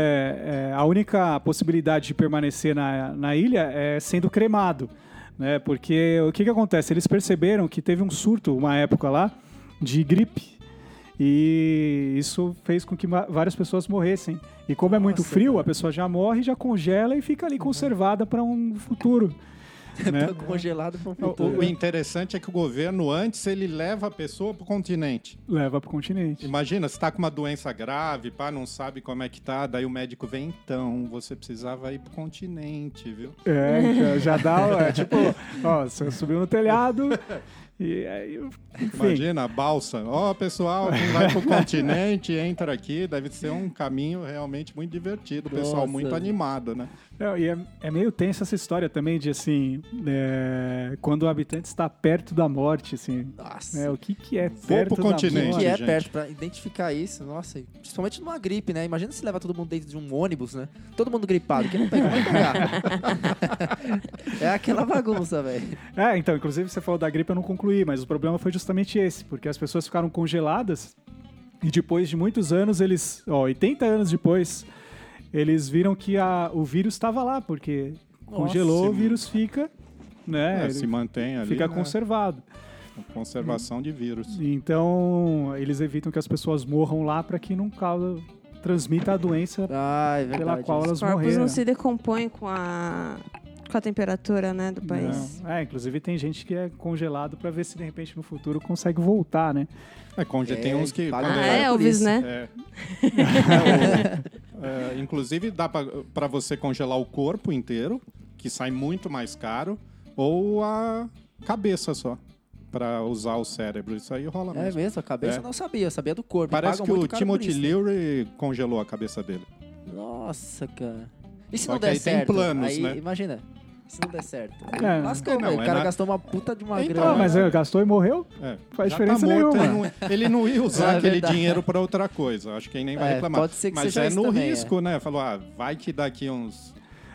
[SPEAKER 2] É, a única possibilidade de permanecer na, na ilha é sendo cremado. Né? Porque o que, que acontece? Eles perceberam que teve um surto, uma época lá, de gripe. E isso fez com que ma- várias pessoas morressem. E como é muito
[SPEAKER 5] Nossa,
[SPEAKER 2] frio, a pessoa já morre, já congela e fica
[SPEAKER 4] Uhum.
[SPEAKER 2] ali conservada para um futuro. né?
[SPEAKER 5] Tô Congelado pra um
[SPEAKER 4] O-
[SPEAKER 5] futuro.
[SPEAKER 4] O, interessante é que o governo, antes, ele leva a pessoa pro continente.
[SPEAKER 2] Leva para o continente.
[SPEAKER 4] Imagina, você tá com uma doença grave, pá, não sabe como é que tá, daí o médico vem, então, você precisava ir pro continente, viu?
[SPEAKER 2] É, então, já dá. É,
[SPEAKER 4] [laughs]
[SPEAKER 2] tipo, ó, você subiu no telhado. E aí, enfim.
[SPEAKER 4] Imagina, a balsa. Ó, pessoal, quem
[SPEAKER 2] [laughs]
[SPEAKER 4] vai pro continente, entra aqui, deve ser um caminho realmente muito divertido, o pessoal
[SPEAKER 5] Nossa.
[SPEAKER 4] muito animado, né?
[SPEAKER 2] Não, e é, é meio tensa essa história também de assim. é, quando o habitante está perto da morte, assim.
[SPEAKER 5] Nossa.
[SPEAKER 2] né, o que, que é
[SPEAKER 4] pro
[SPEAKER 2] perto da
[SPEAKER 4] continente.
[SPEAKER 5] que
[SPEAKER 2] morte?
[SPEAKER 5] que é
[SPEAKER 4] gente.
[SPEAKER 5] perto pra identificar isso, nossa, e principalmente numa gripe, né? Imagina se levar todo mundo dentro de um ônibus, né? Todo mundo gripado, quem não pegou
[SPEAKER 2] [laughs]
[SPEAKER 5] vai pegar. [laughs] é aquela bagunça, velho.
[SPEAKER 2] É, então, inclusive você falou da gripe, eu não concluí, mas o problema foi justamente esse, porque as pessoas ficaram congeladas e depois de muitos anos, eles, ó, 80 anos depois, eles viram que a- o vírus estava lá, porque congelou, o
[SPEAKER 4] mano.
[SPEAKER 2] vírus fica, né?
[SPEAKER 4] É,
[SPEAKER 2] ele
[SPEAKER 4] se mantém ali.
[SPEAKER 2] fica
[SPEAKER 4] né?
[SPEAKER 2] conservado.
[SPEAKER 4] Conservação de vírus.
[SPEAKER 2] Então, eles evitam que as pessoas morram lá para que não causa, transmita a doença
[SPEAKER 5] Ah, é verdade.
[SPEAKER 2] pela qual
[SPEAKER 5] isso.
[SPEAKER 2] elas
[SPEAKER 3] Os corpos
[SPEAKER 2] morreram.
[SPEAKER 3] não se decompõem com a, com a temperatura né, do país.
[SPEAKER 2] Não. É, inclusive tem gente que é congelado para ver se de repente no futuro consegue voltar, né?
[SPEAKER 4] É, conge... tem
[SPEAKER 5] É,
[SPEAKER 4] uns que.
[SPEAKER 5] paga
[SPEAKER 4] quando
[SPEAKER 3] Ah,
[SPEAKER 5] É,
[SPEAKER 3] é,
[SPEAKER 5] por
[SPEAKER 3] Elvis,
[SPEAKER 5] isso.
[SPEAKER 3] né?
[SPEAKER 4] É. [laughs] É, o- é, inclusive, dá para você congelar o corpo inteiro, que sai muito mais caro, ou a cabeça só, para usar o cérebro. Isso aí rola
[SPEAKER 5] É
[SPEAKER 4] mesmo.
[SPEAKER 5] mesmo, a cabeça
[SPEAKER 4] É.
[SPEAKER 5] eu não sabia, eu sabia do corpo.
[SPEAKER 4] Parece
[SPEAKER 5] pagam
[SPEAKER 4] que o
[SPEAKER 5] muito caro por
[SPEAKER 4] Timothy
[SPEAKER 5] isso. né?
[SPEAKER 4] Leary congelou a cabeça dele.
[SPEAKER 5] Nossa, cara. E se
[SPEAKER 4] Só
[SPEAKER 5] não
[SPEAKER 4] que
[SPEAKER 5] der
[SPEAKER 4] aí tem
[SPEAKER 5] certo?
[SPEAKER 4] planos,
[SPEAKER 5] aí,
[SPEAKER 4] né?
[SPEAKER 5] Imagina, se não der certo.
[SPEAKER 2] É.
[SPEAKER 5] Lascou,
[SPEAKER 4] Não,
[SPEAKER 5] velho. O
[SPEAKER 4] é
[SPEAKER 5] cara
[SPEAKER 4] na-
[SPEAKER 5] gastou uma puta de uma
[SPEAKER 4] Então,
[SPEAKER 5] grana.
[SPEAKER 2] Ah, mas
[SPEAKER 4] é-
[SPEAKER 2] é, gastou e morreu?
[SPEAKER 4] É.
[SPEAKER 2] Faz
[SPEAKER 4] Já
[SPEAKER 2] diferença
[SPEAKER 4] tá morto,
[SPEAKER 2] nenhuma.
[SPEAKER 4] Ele não, ele não ia usar
[SPEAKER 5] [laughs] É
[SPEAKER 4] aquele
[SPEAKER 5] verdade.
[SPEAKER 4] dinheiro para outra coisa. Acho que ele nem vai
[SPEAKER 5] É,
[SPEAKER 4] reclamar.
[SPEAKER 5] pode ser que
[SPEAKER 4] Mas
[SPEAKER 5] seja
[SPEAKER 4] é
[SPEAKER 5] isso
[SPEAKER 4] no
[SPEAKER 5] também, é.
[SPEAKER 4] risco, né? Falou, ah, vai que daqui uns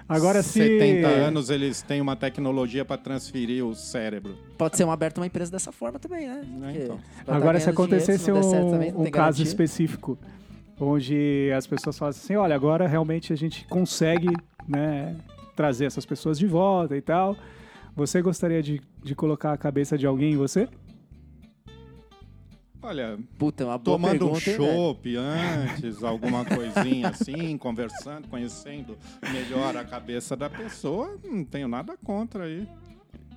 [SPEAKER 2] Agora se
[SPEAKER 4] 70 anos eles têm uma tecnologia para transferir o cérebro.
[SPEAKER 5] Pode ser uma aberta uma empresa dessa forma também, né? Porque
[SPEAKER 4] então.
[SPEAKER 5] você vai tá
[SPEAKER 2] Agora se
[SPEAKER 5] ganhando dinheiro,
[SPEAKER 2] acontecesse
[SPEAKER 5] não der
[SPEAKER 2] um,
[SPEAKER 5] certo também, não
[SPEAKER 2] um
[SPEAKER 5] tem
[SPEAKER 2] caso
[SPEAKER 5] garantia.
[SPEAKER 2] específico onde as pessoas falam assim, olha, agora realmente a gente consegue, né, trazer essas pessoas de volta e tal. Você gostaria de, de colocar a cabeça de alguém em você?
[SPEAKER 4] Olha,
[SPEAKER 5] Puta, é uma boa
[SPEAKER 4] tomando um
[SPEAKER 5] pergunta, hein, velho?
[SPEAKER 4] chopp
[SPEAKER 5] [laughs]
[SPEAKER 4] antes, alguma coisinha assim, conversando, conhecendo melhor a cabeça da pessoa, não tenho nada contra aí.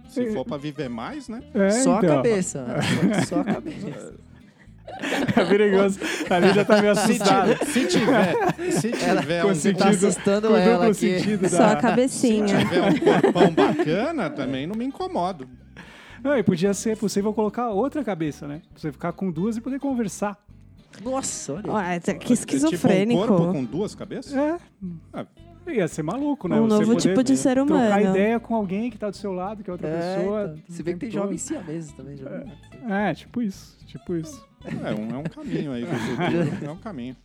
[SPEAKER 4] Se for pra viver mais, né?
[SPEAKER 2] É,
[SPEAKER 5] Só a
[SPEAKER 2] [laughs] então.
[SPEAKER 4] [laughs]
[SPEAKER 5] cabeça. né? Só a cabeça.
[SPEAKER 2] É perigoso. A Lídia tá
[SPEAKER 5] [laughs]
[SPEAKER 2] meio
[SPEAKER 4] Se
[SPEAKER 2] assustada.
[SPEAKER 4] tiver, se tiver, se tiver um,
[SPEAKER 5] Você tá
[SPEAKER 2] sentido-
[SPEAKER 5] assustando
[SPEAKER 2] com
[SPEAKER 5] ela
[SPEAKER 2] duplo
[SPEAKER 5] aqui.
[SPEAKER 2] sentido
[SPEAKER 3] Só
[SPEAKER 2] da-
[SPEAKER 3] a cabecinha.
[SPEAKER 4] se tiver um corpão bacana, também não me incomodo.
[SPEAKER 2] Não, e podia ser possível colocar outra cabeça, né? Pra você ficar com duas e poder conversar.
[SPEAKER 5] Nossa, olha.
[SPEAKER 3] Ué, é que
[SPEAKER 4] Tipo um corpo
[SPEAKER 3] esquizofrênico.
[SPEAKER 4] com duas cabeças?
[SPEAKER 2] É.
[SPEAKER 4] Ah.
[SPEAKER 2] Ia ser maluco, né?
[SPEAKER 3] Um
[SPEAKER 2] Você
[SPEAKER 3] novo
[SPEAKER 2] poder
[SPEAKER 3] tipo de ser
[SPEAKER 2] Trocar
[SPEAKER 3] humano.
[SPEAKER 2] ideia com alguém que tá do seu lado, que é outra
[SPEAKER 5] É,
[SPEAKER 2] pessoa.
[SPEAKER 5] então. Você vê que tem
[SPEAKER 2] Todo.
[SPEAKER 5] jovem siameses também. Já viu?
[SPEAKER 2] É, tipo isso. Tipo isso.
[SPEAKER 4] É um, é um caminho aí pro futuro. É um caminho.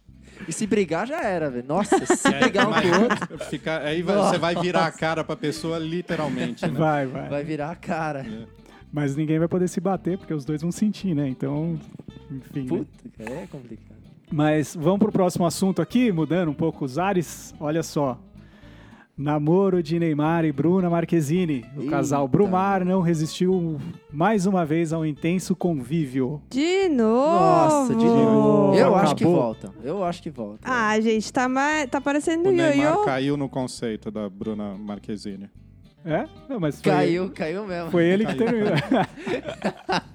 [SPEAKER 5] E se brigar já era, velho. Nossa, se brigar um
[SPEAKER 4] mas-
[SPEAKER 5] com o outro,
[SPEAKER 4] Fica- aí vai- você vai virar a cara pra pessoa literalmente, né?
[SPEAKER 2] Vai, vai,
[SPEAKER 5] vai virar a cara.
[SPEAKER 4] É.
[SPEAKER 2] Mas ninguém vai poder se bater, porque os dois vão sentir, né? Então, enfim. né?
[SPEAKER 5] Puta, cara, é complicado.
[SPEAKER 2] Mas vamos pro próximo assunto aqui, mudando um pouco os ares. Olha só. Namoro de Neymar e Bruna Marquezine. O
[SPEAKER 5] Eita.
[SPEAKER 2] casal Brumar não resistiu mais uma vez ao intenso convívio.
[SPEAKER 3] De novo.
[SPEAKER 2] Oh,
[SPEAKER 5] Nossa, de
[SPEAKER 2] novo.
[SPEAKER 5] Eu
[SPEAKER 2] Acabou.
[SPEAKER 5] acho que volta. Eu acho que volta.
[SPEAKER 3] Ah, gente, tá, ma- tá parecendo
[SPEAKER 4] O
[SPEAKER 3] ioiô.
[SPEAKER 4] Neymar caiu no conceito da Bruna Marquezine.
[SPEAKER 2] É? Não, mas foi,
[SPEAKER 5] caiu, caiu mesmo.
[SPEAKER 2] Foi ele que
[SPEAKER 5] [laughs]
[SPEAKER 2] terminou.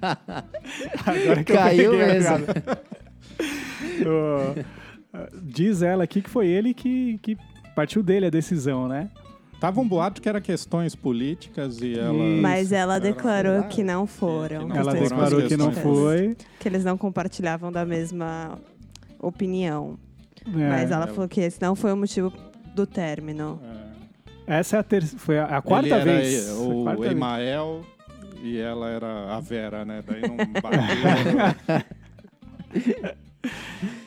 [SPEAKER 2] Agora que eu
[SPEAKER 5] Caiu
[SPEAKER 2] peguei né, a
[SPEAKER 5] mesmo.
[SPEAKER 2] piada. O- Diz ela aqui que foi ele que, que partiu dele a decisão, né?
[SPEAKER 4] Tava um boato que era questões políticas e ela.
[SPEAKER 2] Hum.
[SPEAKER 3] Mas ela
[SPEAKER 4] Era
[SPEAKER 3] declarou
[SPEAKER 5] claro.
[SPEAKER 3] que não foram.
[SPEAKER 4] Não
[SPEAKER 3] as
[SPEAKER 2] ela
[SPEAKER 3] duas
[SPEAKER 4] foram as
[SPEAKER 2] declarou que não
[SPEAKER 4] questões.
[SPEAKER 2] foi.
[SPEAKER 3] Que eles não compartilhavam da mesma opinião.
[SPEAKER 2] né?
[SPEAKER 3] Mas ela
[SPEAKER 4] Ela-
[SPEAKER 3] falou que esse não foi o motivo do término.
[SPEAKER 2] Essa é a terceira. Foi a, a quarta
[SPEAKER 4] Ele era
[SPEAKER 2] vez.
[SPEAKER 4] e-
[SPEAKER 2] Foi a
[SPEAKER 4] O
[SPEAKER 2] quarta vez.
[SPEAKER 4] Emael e ela era a Vera, né? Daí
[SPEAKER 3] [laughs]
[SPEAKER 4] não bateu.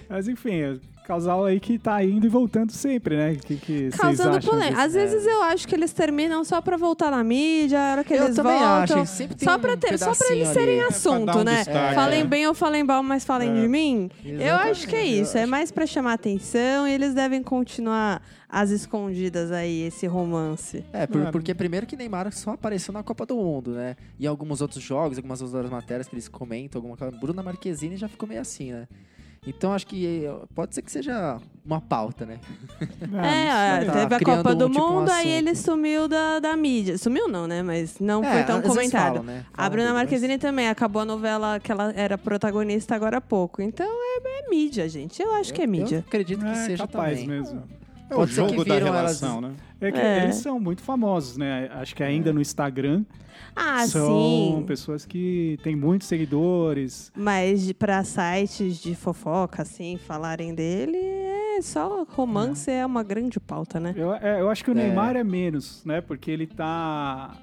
[SPEAKER 2] Mas enfim, é um casal aí que tá indo e voltando sempre, né? O que, que vocês
[SPEAKER 3] Causando
[SPEAKER 2] acham?
[SPEAKER 3] polêmica. Às vezes eu acho que eles terminam só pra voltar na mídia, a hora que
[SPEAKER 5] Eu
[SPEAKER 3] eles
[SPEAKER 5] também
[SPEAKER 3] voltam.
[SPEAKER 5] acho, sempre tem
[SPEAKER 3] só
[SPEAKER 5] um
[SPEAKER 3] pra ter, só pra
[SPEAKER 5] pedacinho
[SPEAKER 3] eles serem
[SPEAKER 5] ali.
[SPEAKER 4] É, pra
[SPEAKER 3] assunto,
[SPEAKER 4] dar um
[SPEAKER 3] né?
[SPEAKER 4] destaque,
[SPEAKER 3] falem
[SPEAKER 5] né?
[SPEAKER 3] bem ou falem mal, mas falem de mim. Eu acho que é
[SPEAKER 5] Exatamente,
[SPEAKER 3] isso.
[SPEAKER 5] eu
[SPEAKER 3] É
[SPEAKER 5] acho.
[SPEAKER 3] mais pra chamar atenção e eles devem continuar às escondidas aí, esse romance.
[SPEAKER 5] É, por-
[SPEAKER 4] Ah.
[SPEAKER 5] porque primeiro que Neymar só apareceu na Copa do Mundo, né? E alguns outros jogos, algumas outras matérias que eles comentam, alguma coisa. Bruna Marquezine já ficou meio assim, né? Então acho que eh, pode ser que seja uma pauta, né?
[SPEAKER 2] Ah,
[SPEAKER 3] é,
[SPEAKER 2] não sei.
[SPEAKER 5] tá
[SPEAKER 3] teve a
[SPEAKER 5] criando
[SPEAKER 3] Copa do
[SPEAKER 5] um tipo um
[SPEAKER 3] Mundo, aí
[SPEAKER 5] assunto.
[SPEAKER 3] ele sumiu da, da mídia. Sumiu não, né? Mas não
[SPEAKER 5] É,
[SPEAKER 3] foi tão
[SPEAKER 5] às vezes
[SPEAKER 3] comentado.
[SPEAKER 5] falam, né?
[SPEAKER 3] A
[SPEAKER 5] Falam
[SPEAKER 3] Bruna
[SPEAKER 5] dele, mas-
[SPEAKER 3] Marquezine também acabou a novela que ela era protagonista agora há pouco. Então é, é mídia, gente. Eu acho que é
[SPEAKER 5] Eu
[SPEAKER 3] mídia.
[SPEAKER 5] acredito que
[SPEAKER 2] É,
[SPEAKER 5] seja
[SPEAKER 2] capaz
[SPEAKER 5] também.
[SPEAKER 2] mesmo.
[SPEAKER 4] É o
[SPEAKER 5] Pode ser que
[SPEAKER 4] jogo da
[SPEAKER 5] viram elas-
[SPEAKER 4] relação, né?
[SPEAKER 2] É que
[SPEAKER 3] É.
[SPEAKER 2] eles são muito famosos, né? Acho que ainda no Instagram
[SPEAKER 3] Ah,
[SPEAKER 2] são
[SPEAKER 3] sim.
[SPEAKER 2] pessoas que têm muitos seguidores.
[SPEAKER 3] Mas de- pra sites de fofoca, assim, falarem dele, é só romance é, uma grande pauta, né?
[SPEAKER 2] Eu, é, eu acho
[SPEAKER 3] [laughs]
[SPEAKER 2] que o
[SPEAKER 5] É.
[SPEAKER 2] Neymar é menos, né? Porque ele tá.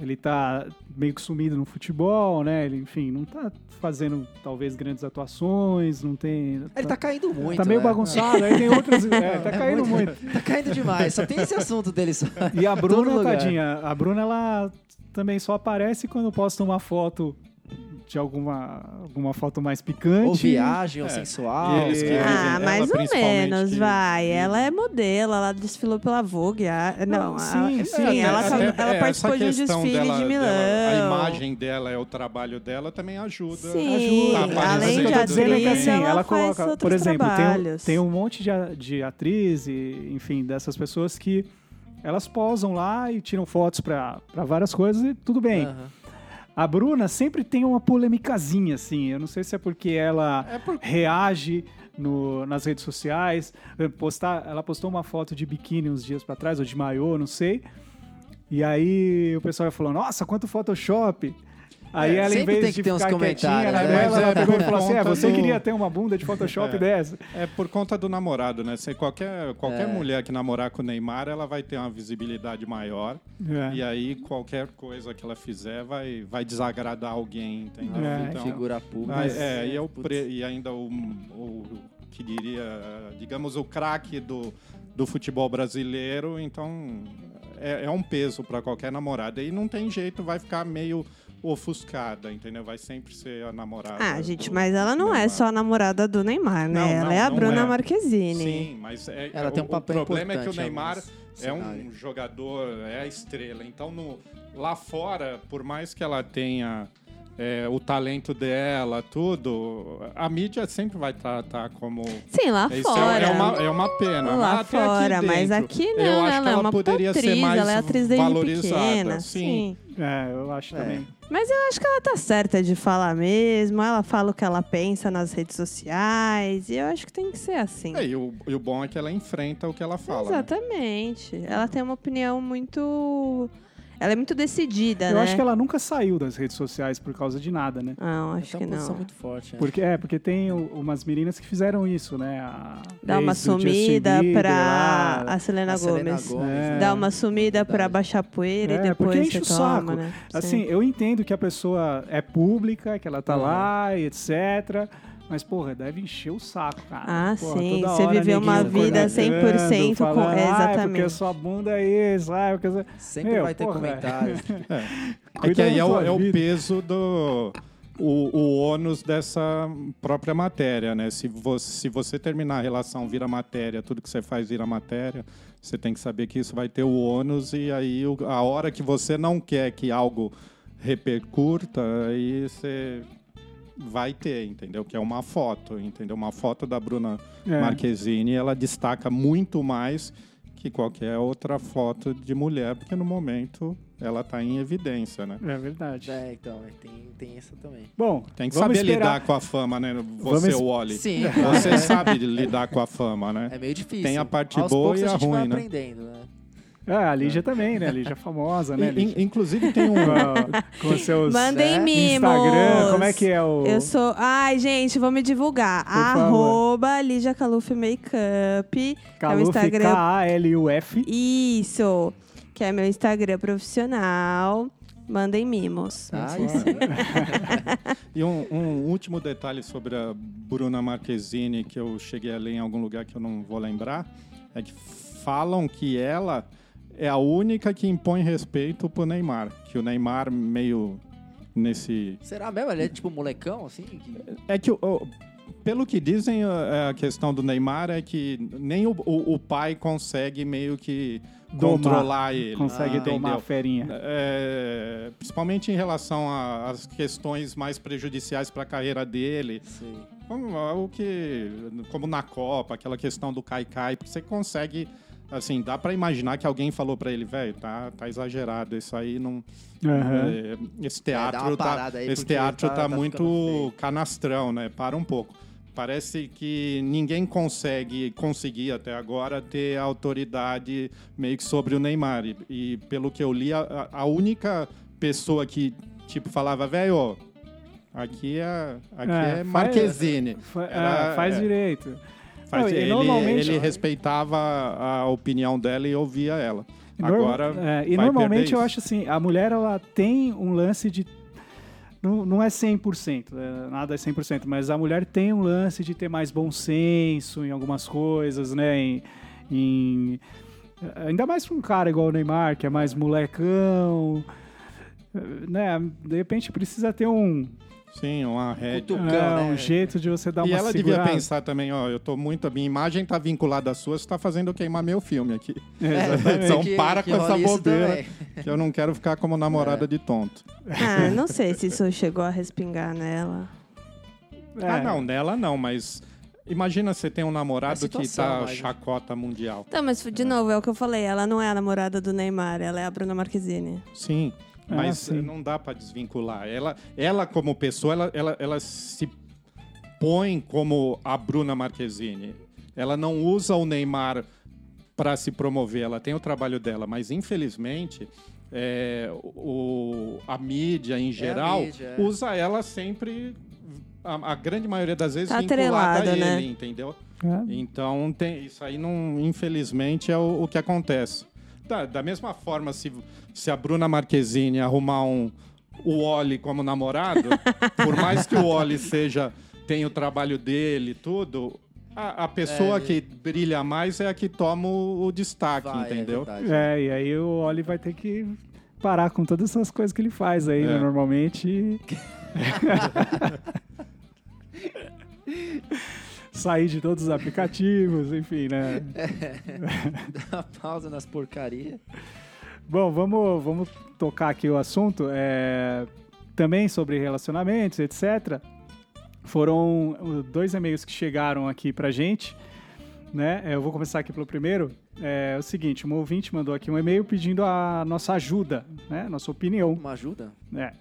[SPEAKER 2] Ele tá meio que sumido no futebol, né? Ele, enfim, não tá fazendo talvez grandes atuações, não tem.
[SPEAKER 5] Ele tá caindo muito.
[SPEAKER 2] meio
[SPEAKER 5] né?
[SPEAKER 2] bagunçado, aí tem
[SPEAKER 5] [laughs]
[SPEAKER 2] outras. É, tá
[SPEAKER 5] É
[SPEAKER 2] caindo muito.
[SPEAKER 5] [laughs] Tá caindo demais. Só tem esse assunto dele só.
[SPEAKER 2] E a Bruna,
[SPEAKER 5] Todo lugar.
[SPEAKER 2] tadinha, a Bruna ela também só aparece quando posta uma foto de alguma, alguma foto mais picante.
[SPEAKER 5] Ou viagem, ou
[SPEAKER 4] É.
[SPEAKER 5] sensual.
[SPEAKER 4] E eles que-
[SPEAKER 5] É.
[SPEAKER 3] Ah,
[SPEAKER 4] ela,
[SPEAKER 3] mais ou
[SPEAKER 4] principalmente,
[SPEAKER 3] menos,
[SPEAKER 4] que-
[SPEAKER 3] vai. Ela é modelo, ela desfilou pela Vogue. a- Não,
[SPEAKER 2] Não,
[SPEAKER 3] a-
[SPEAKER 2] sim,
[SPEAKER 3] enfim,
[SPEAKER 2] sim,
[SPEAKER 3] ela,
[SPEAKER 2] até-
[SPEAKER 3] só-
[SPEAKER 2] até-
[SPEAKER 3] ela
[SPEAKER 4] é,
[SPEAKER 3] participou
[SPEAKER 4] essa
[SPEAKER 3] de um
[SPEAKER 4] questão
[SPEAKER 3] desfile
[SPEAKER 4] dela-
[SPEAKER 3] de
[SPEAKER 4] dela-
[SPEAKER 3] Milão.
[SPEAKER 4] a imagem dela é o trabalho dela, também ajuda.
[SPEAKER 3] Sim,
[SPEAKER 4] Tá aparecendo
[SPEAKER 3] além de
[SPEAKER 4] tudo, né?
[SPEAKER 2] dizendo é que
[SPEAKER 3] atriz,
[SPEAKER 2] assim,
[SPEAKER 3] ela,
[SPEAKER 2] ela,
[SPEAKER 3] faz
[SPEAKER 2] coloca,
[SPEAKER 3] outros
[SPEAKER 2] por exemplo, tem, um-
[SPEAKER 3] trabalhos.
[SPEAKER 2] tem um monte de, a- de atriz e, enfim, dessas pessoas que elas posam lá e tiram fotos pra pra várias coisas e tudo bem.
[SPEAKER 5] Aham.
[SPEAKER 2] A Bruna sempre tem uma polêmicazinha, assim. Eu não sei se é porque ela reage no- nas redes sociais. Eh, Postar, ela postou uma foto de biquíni uns dias pra trás, ou de maiô, não sei. E aí o pessoal falou, nossa, quanto Photoshop! Aí
[SPEAKER 5] É,
[SPEAKER 2] ela, em
[SPEAKER 5] sempre tem
[SPEAKER 2] vez de
[SPEAKER 5] que ter uns
[SPEAKER 2] ficar quietinha
[SPEAKER 5] comentários,
[SPEAKER 2] na
[SPEAKER 5] né?
[SPEAKER 2] dela,
[SPEAKER 4] Mas
[SPEAKER 2] ela
[SPEAKER 4] é
[SPEAKER 2] pegou e
[SPEAKER 4] por
[SPEAKER 2] falou assim, é,
[SPEAKER 4] conta
[SPEAKER 2] você
[SPEAKER 4] do-
[SPEAKER 2] queria ter uma bunda de
[SPEAKER 5] [laughs]
[SPEAKER 2] Photoshop
[SPEAKER 4] É.
[SPEAKER 2] dessa?
[SPEAKER 4] É por conta do namorado, né? Se qualquer qualquer
[SPEAKER 5] É.
[SPEAKER 4] mulher que namorar com o Neymar, ela vai ter uma visibilidade maior.
[SPEAKER 2] É.
[SPEAKER 4] E aí qualquer coisa que ela fizer vai, vai desagradar alguém, entendeu?
[SPEAKER 2] É,
[SPEAKER 5] Figura pública.
[SPEAKER 4] Ah, é, e, eu
[SPEAKER 5] Ah, então. Putz.
[SPEAKER 4] pre- e ainda o, o que diria, digamos, o craque do, do futebol brasileiro, então é, é um peso para qualquer namorada. E não tem jeito, vai ficar meio ofuscada, entendeu? Vai sempre ser a namorada.
[SPEAKER 3] Ah, gente,
[SPEAKER 4] do
[SPEAKER 3] mas ela não é
[SPEAKER 4] Neymar.
[SPEAKER 3] só a namorada do Neymar, né?
[SPEAKER 4] Não,
[SPEAKER 3] ela
[SPEAKER 4] não,
[SPEAKER 3] é a
[SPEAKER 4] não
[SPEAKER 3] Bruna
[SPEAKER 4] é.
[SPEAKER 3] Marquezine.
[SPEAKER 4] Sim, mas é,
[SPEAKER 5] Ela
[SPEAKER 4] o,
[SPEAKER 5] tem um papel
[SPEAKER 4] o problema é que o
[SPEAKER 5] importante em
[SPEAKER 4] Neymar
[SPEAKER 5] alguns
[SPEAKER 4] é um
[SPEAKER 5] cenários.
[SPEAKER 4] jogador, é a estrela. Então, no- lá fora, por mais que ela tenha é, o talento dela, tudo, a mídia sempre vai tratar como.
[SPEAKER 3] Sim, lá
[SPEAKER 4] Isso
[SPEAKER 3] fora.
[SPEAKER 4] É, é uma, é uma pena.
[SPEAKER 3] Lá
[SPEAKER 4] Até aqui
[SPEAKER 3] fora, mas
[SPEAKER 4] dentro,
[SPEAKER 3] aqui
[SPEAKER 4] eu
[SPEAKER 3] não,
[SPEAKER 4] acho
[SPEAKER 3] ela
[SPEAKER 4] que
[SPEAKER 3] é
[SPEAKER 4] ela
[SPEAKER 3] uma
[SPEAKER 4] poderia
[SPEAKER 3] atriz,
[SPEAKER 4] ser mais
[SPEAKER 3] ela é atriz desde
[SPEAKER 4] valorizada.
[SPEAKER 3] pequena.
[SPEAKER 4] Sim.
[SPEAKER 2] É, eu acho
[SPEAKER 5] É.
[SPEAKER 2] também.
[SPEAKER 3] Mas eu acho que ela tá certa de falar mesmo. Ela fala o que ela pensa nas redes sociais. E eu acho que tem que ser assim.
[SPEAKER 4] É, e, o, e o bom é que ela enfrenta o que ela fala. né?
[SPEAKER 3] Exatamente. Ela tem uma opinião muito. Ela é muito decidida,
[SPEAKER 2] Eu
[SPEAKER 3] né?
[SPEAKER 2] acho que ela nunca saiu das redes sociais por causa de nada, né?
[SPEAKER 3] Não,
[SPEAKER 5] Essa
[SPEAKER 3] acho
[SPEAKER 5] é uma
[SPEAKER 3] que
[SPEAKER 5] posição
[SPEAKER 3] não.
[SPEAKER 5] muito
[SPEAKER 4] né?
[SPEAKER 5] forte. é.
[SPEAKER 2] Porque, é, porque tem o- umas meninas que fizeram isso, né? A
[SPEAKER 3] Dá uma
[SPEAKER 2] ex do Justin
[SPEAKER 3] sumida
[SPEAKER 2] Bieber
[SPEAKER 3] pra
[SPEAKER 2] lá.
[SPEAKER 3] a Selena
[SPEAKER 5] A Selena
[SPEAKER 3] Gomes.
[SPEAKER 5] Gomez,
[SPEAKER 2] É.
[SPEAKER 5] né?
[SPEAKER 3] Dá uma sumida pra
[SPEAKER 5] Verdade.
[SPEAKER 3] baixar a poeira
[SPEAKER 2] É,
[SPEAKER 3] e depois
[SPEAKER 2] porque enche
[SPEAKER 3] você
[SPEAKER 2] o
[SPEAKER 3] toma,
[SPEAKER 2] saco.
[SPEAKER 3] né?
[SPEAKER 2] Assim,
[SPEAKER 3] Sim.
[SPEAKER 2] eu entendo que a pessoa é pública, que ela tá
[SPEAKER 5] Uhum.
[SPEAKER 2] lá e etc. Mas, porra, deve encher o saco, cara.
[SPEAKER 3] Ah,
[SPEAKER 2] Porra,
[SPEAKER 3] sim,
[SPEAKER 2] toda
[SPEAKER 3] você
[SPEAKER 2] hora
[SPEAKER 3] viveu
[SPEAKER 2] ninguém
[SPEAKER 3] uma
[SPEAKER 2] cornetando,
[SPEAKER 5] vida
[SPEAKER 3] 100% com-
[SPEAKER 2] falando,
[SPEAKER 3] é,
[SPEAKER 2] Ah, é porque a
[SPEAKER 3] exatamente.
[SPEAKER 2] sua bunda é isso. Ah, é porque... você-"
[SPEAKER 5] Sempre
[SPEAKER 2] Meu,
[SPEAKER 5] vai ter
[SPEAKER 2] porra,
[SPEAKER 5] comentários.
[SPEAKER 4] É que
[SPEAKER 2] Cuida
[SPEAKER 4] aí
[SPEAKER 2] da
[SPEAKER 4] é o,
[SPEAKER 2] tua
[SPEAKER 4] é o
[SPEAKER 2] vida.
[SPEAKER 4] peso do. O, o ônus dessa própria matéria, né? Se você, se você terminar a relação vira matéria, tudo que você faz vira matéria, você tem que saber que isso vai ter o ônus, e aí o- a hora que você não quer que algo repercuta, aí você vai ter, entendeu? Que é uma foto, entendeu? Uma foto da Bruna
[SPEAKER 2] É.
[SPEAKER 4] Marquezine, ela destaca muito mais que qualquer outra foto de mulher, porque no momento ela está em evidência, né?
[SPEAKER 2] É verdade.
[SPEAKER 5] É, então, é, tem, tem essa também.
[SPEAKER 2] Bom,
[SPEAKER 4] Tem que
[SPEAKER 2] vamos
[SPEAKER 4] saber
[SPEAKER 2] esperar.
[SPEAKER 4] lidar com a fama, né? Você,
[SPEAKER 2] es- É.
[SPEAKER 4] o Oli.
[SPEAKER 5] Sim,
[SPEAKER 4] Você sabe lidar com a fama, né?
[SPEAKER 5] é meio difícil.
[SPEAKER 4] Tem É. a parte
[SPEAKER 5] Aos
[SPEAKER 4] boa
[SPEAKER 5] poucos
[SPEAKER 4] e a
[SPEAKER 5] a gente vai
[SPEAKER 4] ruim, né?
[SPEAKER 5] aprendendo, né?
[SPEAKER 2] Ah, a Lígia também, né? A Lígia é famosa,
[SPEAKER 4] [laughs]
[SPEAKER 2] né,
[SPEAKER 4] In- in-
[SPEAKER 2] Lígia?
[SPEAKER 4] inclusive
[SPEAKER 2] [laughs]
[SPEAKER 4] tem um.
[SPEAKER 2] com, com seus
[SPEAKER 3] [laughs] Mandem
[SPEAKER 5] né?
[SPEAKER 3] mimos!
[SPEAKER 2] é, Instagram, como é que é o...
[SPEAKER 3] Eu sou. Ai, gente, vou me divulgar.
[SPEAKER 2] favor.
[SPEAKER 3] Arroba Lígia Caluf Makeup. é o
[SPEAKER 2] Caluf,
[SPEAKER 3] Instagram.
[SPEAKER 2] K-A-L-U-F.
[SPEAKER 3] Isso! Que é meu Instagram profissional. Mandem mimos.
[SPEAKER 5] Ah, isso.
[SPEAKER 4] E um, um último detalhe sobre a Bruna Marquezine que eu cheguei a ler em algum lugar que eu não vou lembrar, é que falam que ela é a única que impõe respeito pro Neymar, que o Neymar meio nesse
[SPEAKER 5] Será mesmo? Ele é tipo um molecão, assim? que-
[SPEAKER 4] é que o- o- pelo que dizem é, a, a questão do Neymar é que nem o, o- o pai consegue meio que
[SPEAKER 2] Domar.
[SPEAKER 4] controlar ele, Ah,
[SPEAKER 2] Consegue
[SPEAKER 4] entendeu?
[SPEAKER 2] tomar a ferinha.
[SPEAKER 4] É, principalmente em relação a- às questões mais prejudiciais para a carreira dele,
[SPEAKER 5] Sei.
[SPEAKER 4] como algo que, como na Copa, aquela questão do Kaikai, porque você consegue, assim, dá pra imaginar que alguém falou pra ele, velho, tá, tá exagerado, isso aí não,
[SPEAKER 2] Aham.
[SPEAKER 4] é, esse
[SPEAKER 5] É, dá
[SPEAKER 4] teatro
[SPEAKER 5] uma
[SPEAKER 4] tá,
[SPEAKER 5] parada aí,
[SPEAKER 4] esse
[SPEAKER 5] porque
[SPEAKER 4] teatro
[SPEAKER 5] tá-
[SPEAKER 4] tá,
[SPEAKER 5] tá ficando
[SPEAKER 4] muito
[SPEAKER 5] feio.
[SPEAKER 4] canastrão, né? Para um pouco. Parece que ninguém consegue, conseguir até agora, ter autoridade meio que sobre o Neymar. E, e pelo que eu li, a, a única pessoa que, tipo, falava, velho, aqui é, aqui
[SPEAKER 2] É,
[SPEAKER 4] é,
[SPEAKER 2] faz-
[SPEAKER 4] Marquezine.
[SPEAKER 2] Fa-
[SPEAKER 4] Era-
[SPEAKER 2] ah, faz
[SPEAKER 4] é.
[SPEAKER 2] direito. Não,
[SPEAKER 4] Faz-
[SPEAKER 2] e
[SPEAKER 4] ele,
[SPEAKER 2] normalmente-
[SPEAKER 4] ele respeitava a opinião dela e ouvia ela.
[SPEAKER 2] E norma-
[SPEAKER 4] Agora.
[SPEAKER 2] é, e
[SPEAKER 4] vai
[SPEAKER 2] normalmente
[SPEAKER 4] perder
[SPEAKER 2] eu
[SPEAKER 4] isso.
[SPEAKER 2] acho assim, a mulher ela tem um lance de não, não é 100%, é, nada é 100%, mas a mulher tem um lance de ter mais bom senso em algumas coisas, né? Em, em- ainda mais pra um cara igual o Neymar, que é mais molecão, eh, né? De repente precisa ter um,
[SPEAKER 4] Sim, uma rédea.
[SPEAKER 5] Cutucão,
[SPEAKER 2] é, um
[SPEAKER 5] né?
[SPEAKER 2] jeito de você dar
[SPEAKER 4] Então, e
[SPEAKER 2] uma
[SPEAKER 4] ela
[SPEAKER 2] segurada.
[SPEAKER 4] devia pensar também, ó, eu tô muito, a minha imagem tá vinculada à sua, você tá fazendo eu queimar meu filme aqui.
[SPEAKER 2] [laughs]
[SPEAKER 5] [laughs] Exatamente.
[SPEAKER 4] Então para com essa
[SPEAKER 5] É, rola isso
[SPEAKER 4] bobeira.
[SPEAKER 5] também.
[SPEAKER 4] Que eu não quero ficar como
[SPEAKER 2] É.
[SPEAKER 4] namorada de tonto.
[SPEAKER 3] Ah, não sei se isso chegou a respingar nela.
[SPEAKER 2] É.
[SPEAKER 4] Ah, não, nela não, mas imagina você tem um namorado
[SPEAKER 5] É a
[SPEAKER 4] que
[SPEAKER 5] situação,
[SPEAKER 4] tá
[SPEAKER 5] mas-
[SPEAKER 4] chacota mundial.
[SPEAKER 3] Então, mas de novo, é o que eu falei. Ela não é a namorada do Neymar, ela é a Bruna Marquezine.
[SPEAKER 4] Sim.
[SPEAKER 2] Ah,
[SPEAKER 4] Mas
[SPEAKER 2] sim.
[SPEAKER 4] eh, não dá pra desvincular. Ela, ela como pessoa, ela, ela, ela se põe como a Bruna Marquezine. Ela não usa o Neymar para se promover. Ela tem o trabalho dela, mas infelizmente eh, o, a mídia em geral
[SPEAKER 5] mídia, é.
[SPEAKER 4] usa ela sempre. A, a grande maioria das vezes
[SPEAKER 3] Tá
[SPEAKER 4] vinculada a
[SPEAKER 3] atrelada,
[SPEAKER 4] ele,
[SPEAKER 3] né?
[SPEAKER 4] entendeu?
[SPEAKER 2] É.
[SPEAKER 4] Então, tem, isso aí, não, infelizmente, é o, o que acontece. Da, da mesma forma, se, se a Bruna Marquezine arrumar um, o Oli como
[SPEAKER 5] [laughs]
[SPEAKER 4] namorado, por mais que o Oli seja, tenha o trabalho dele e tudo, a, a
[SPEAKER 5] É.
[SPEAKER 4] pessoa que brilha mais é a que toma o, o destaque,
[SPEAKER 5] Vai,
[SPEAKER 4] entendeu?
[SPEAKER 5] verdade.
[SPEAKER 2] É, e aí o Oli vai ter que parar com todas essas coisas que ele faz aí, né?
[SPEAKER 4] É.
[SPEAKER 2] Normalmente. Sair de todos os aplicativos, enfim, né?
[SPEAKER 5] [laughs] Dá uma pausa nas porcarias.
[SPEAKER 2] Bom, vamos, vamos tocar aqui o assunto. é, também sobre relacionamentos, etc. Foram uh, dois e-mails que chegaram aqui pra gente. Né? É, Eu vou começar aqui pelo primeiro. É, é o seguinte, um ouvinte mandou aqui um e-mail pedindo a nossa ajuda, né? Nossa opinião.
[SPEAKER 5] Uma ajuda?
[SPEAKER 2] É.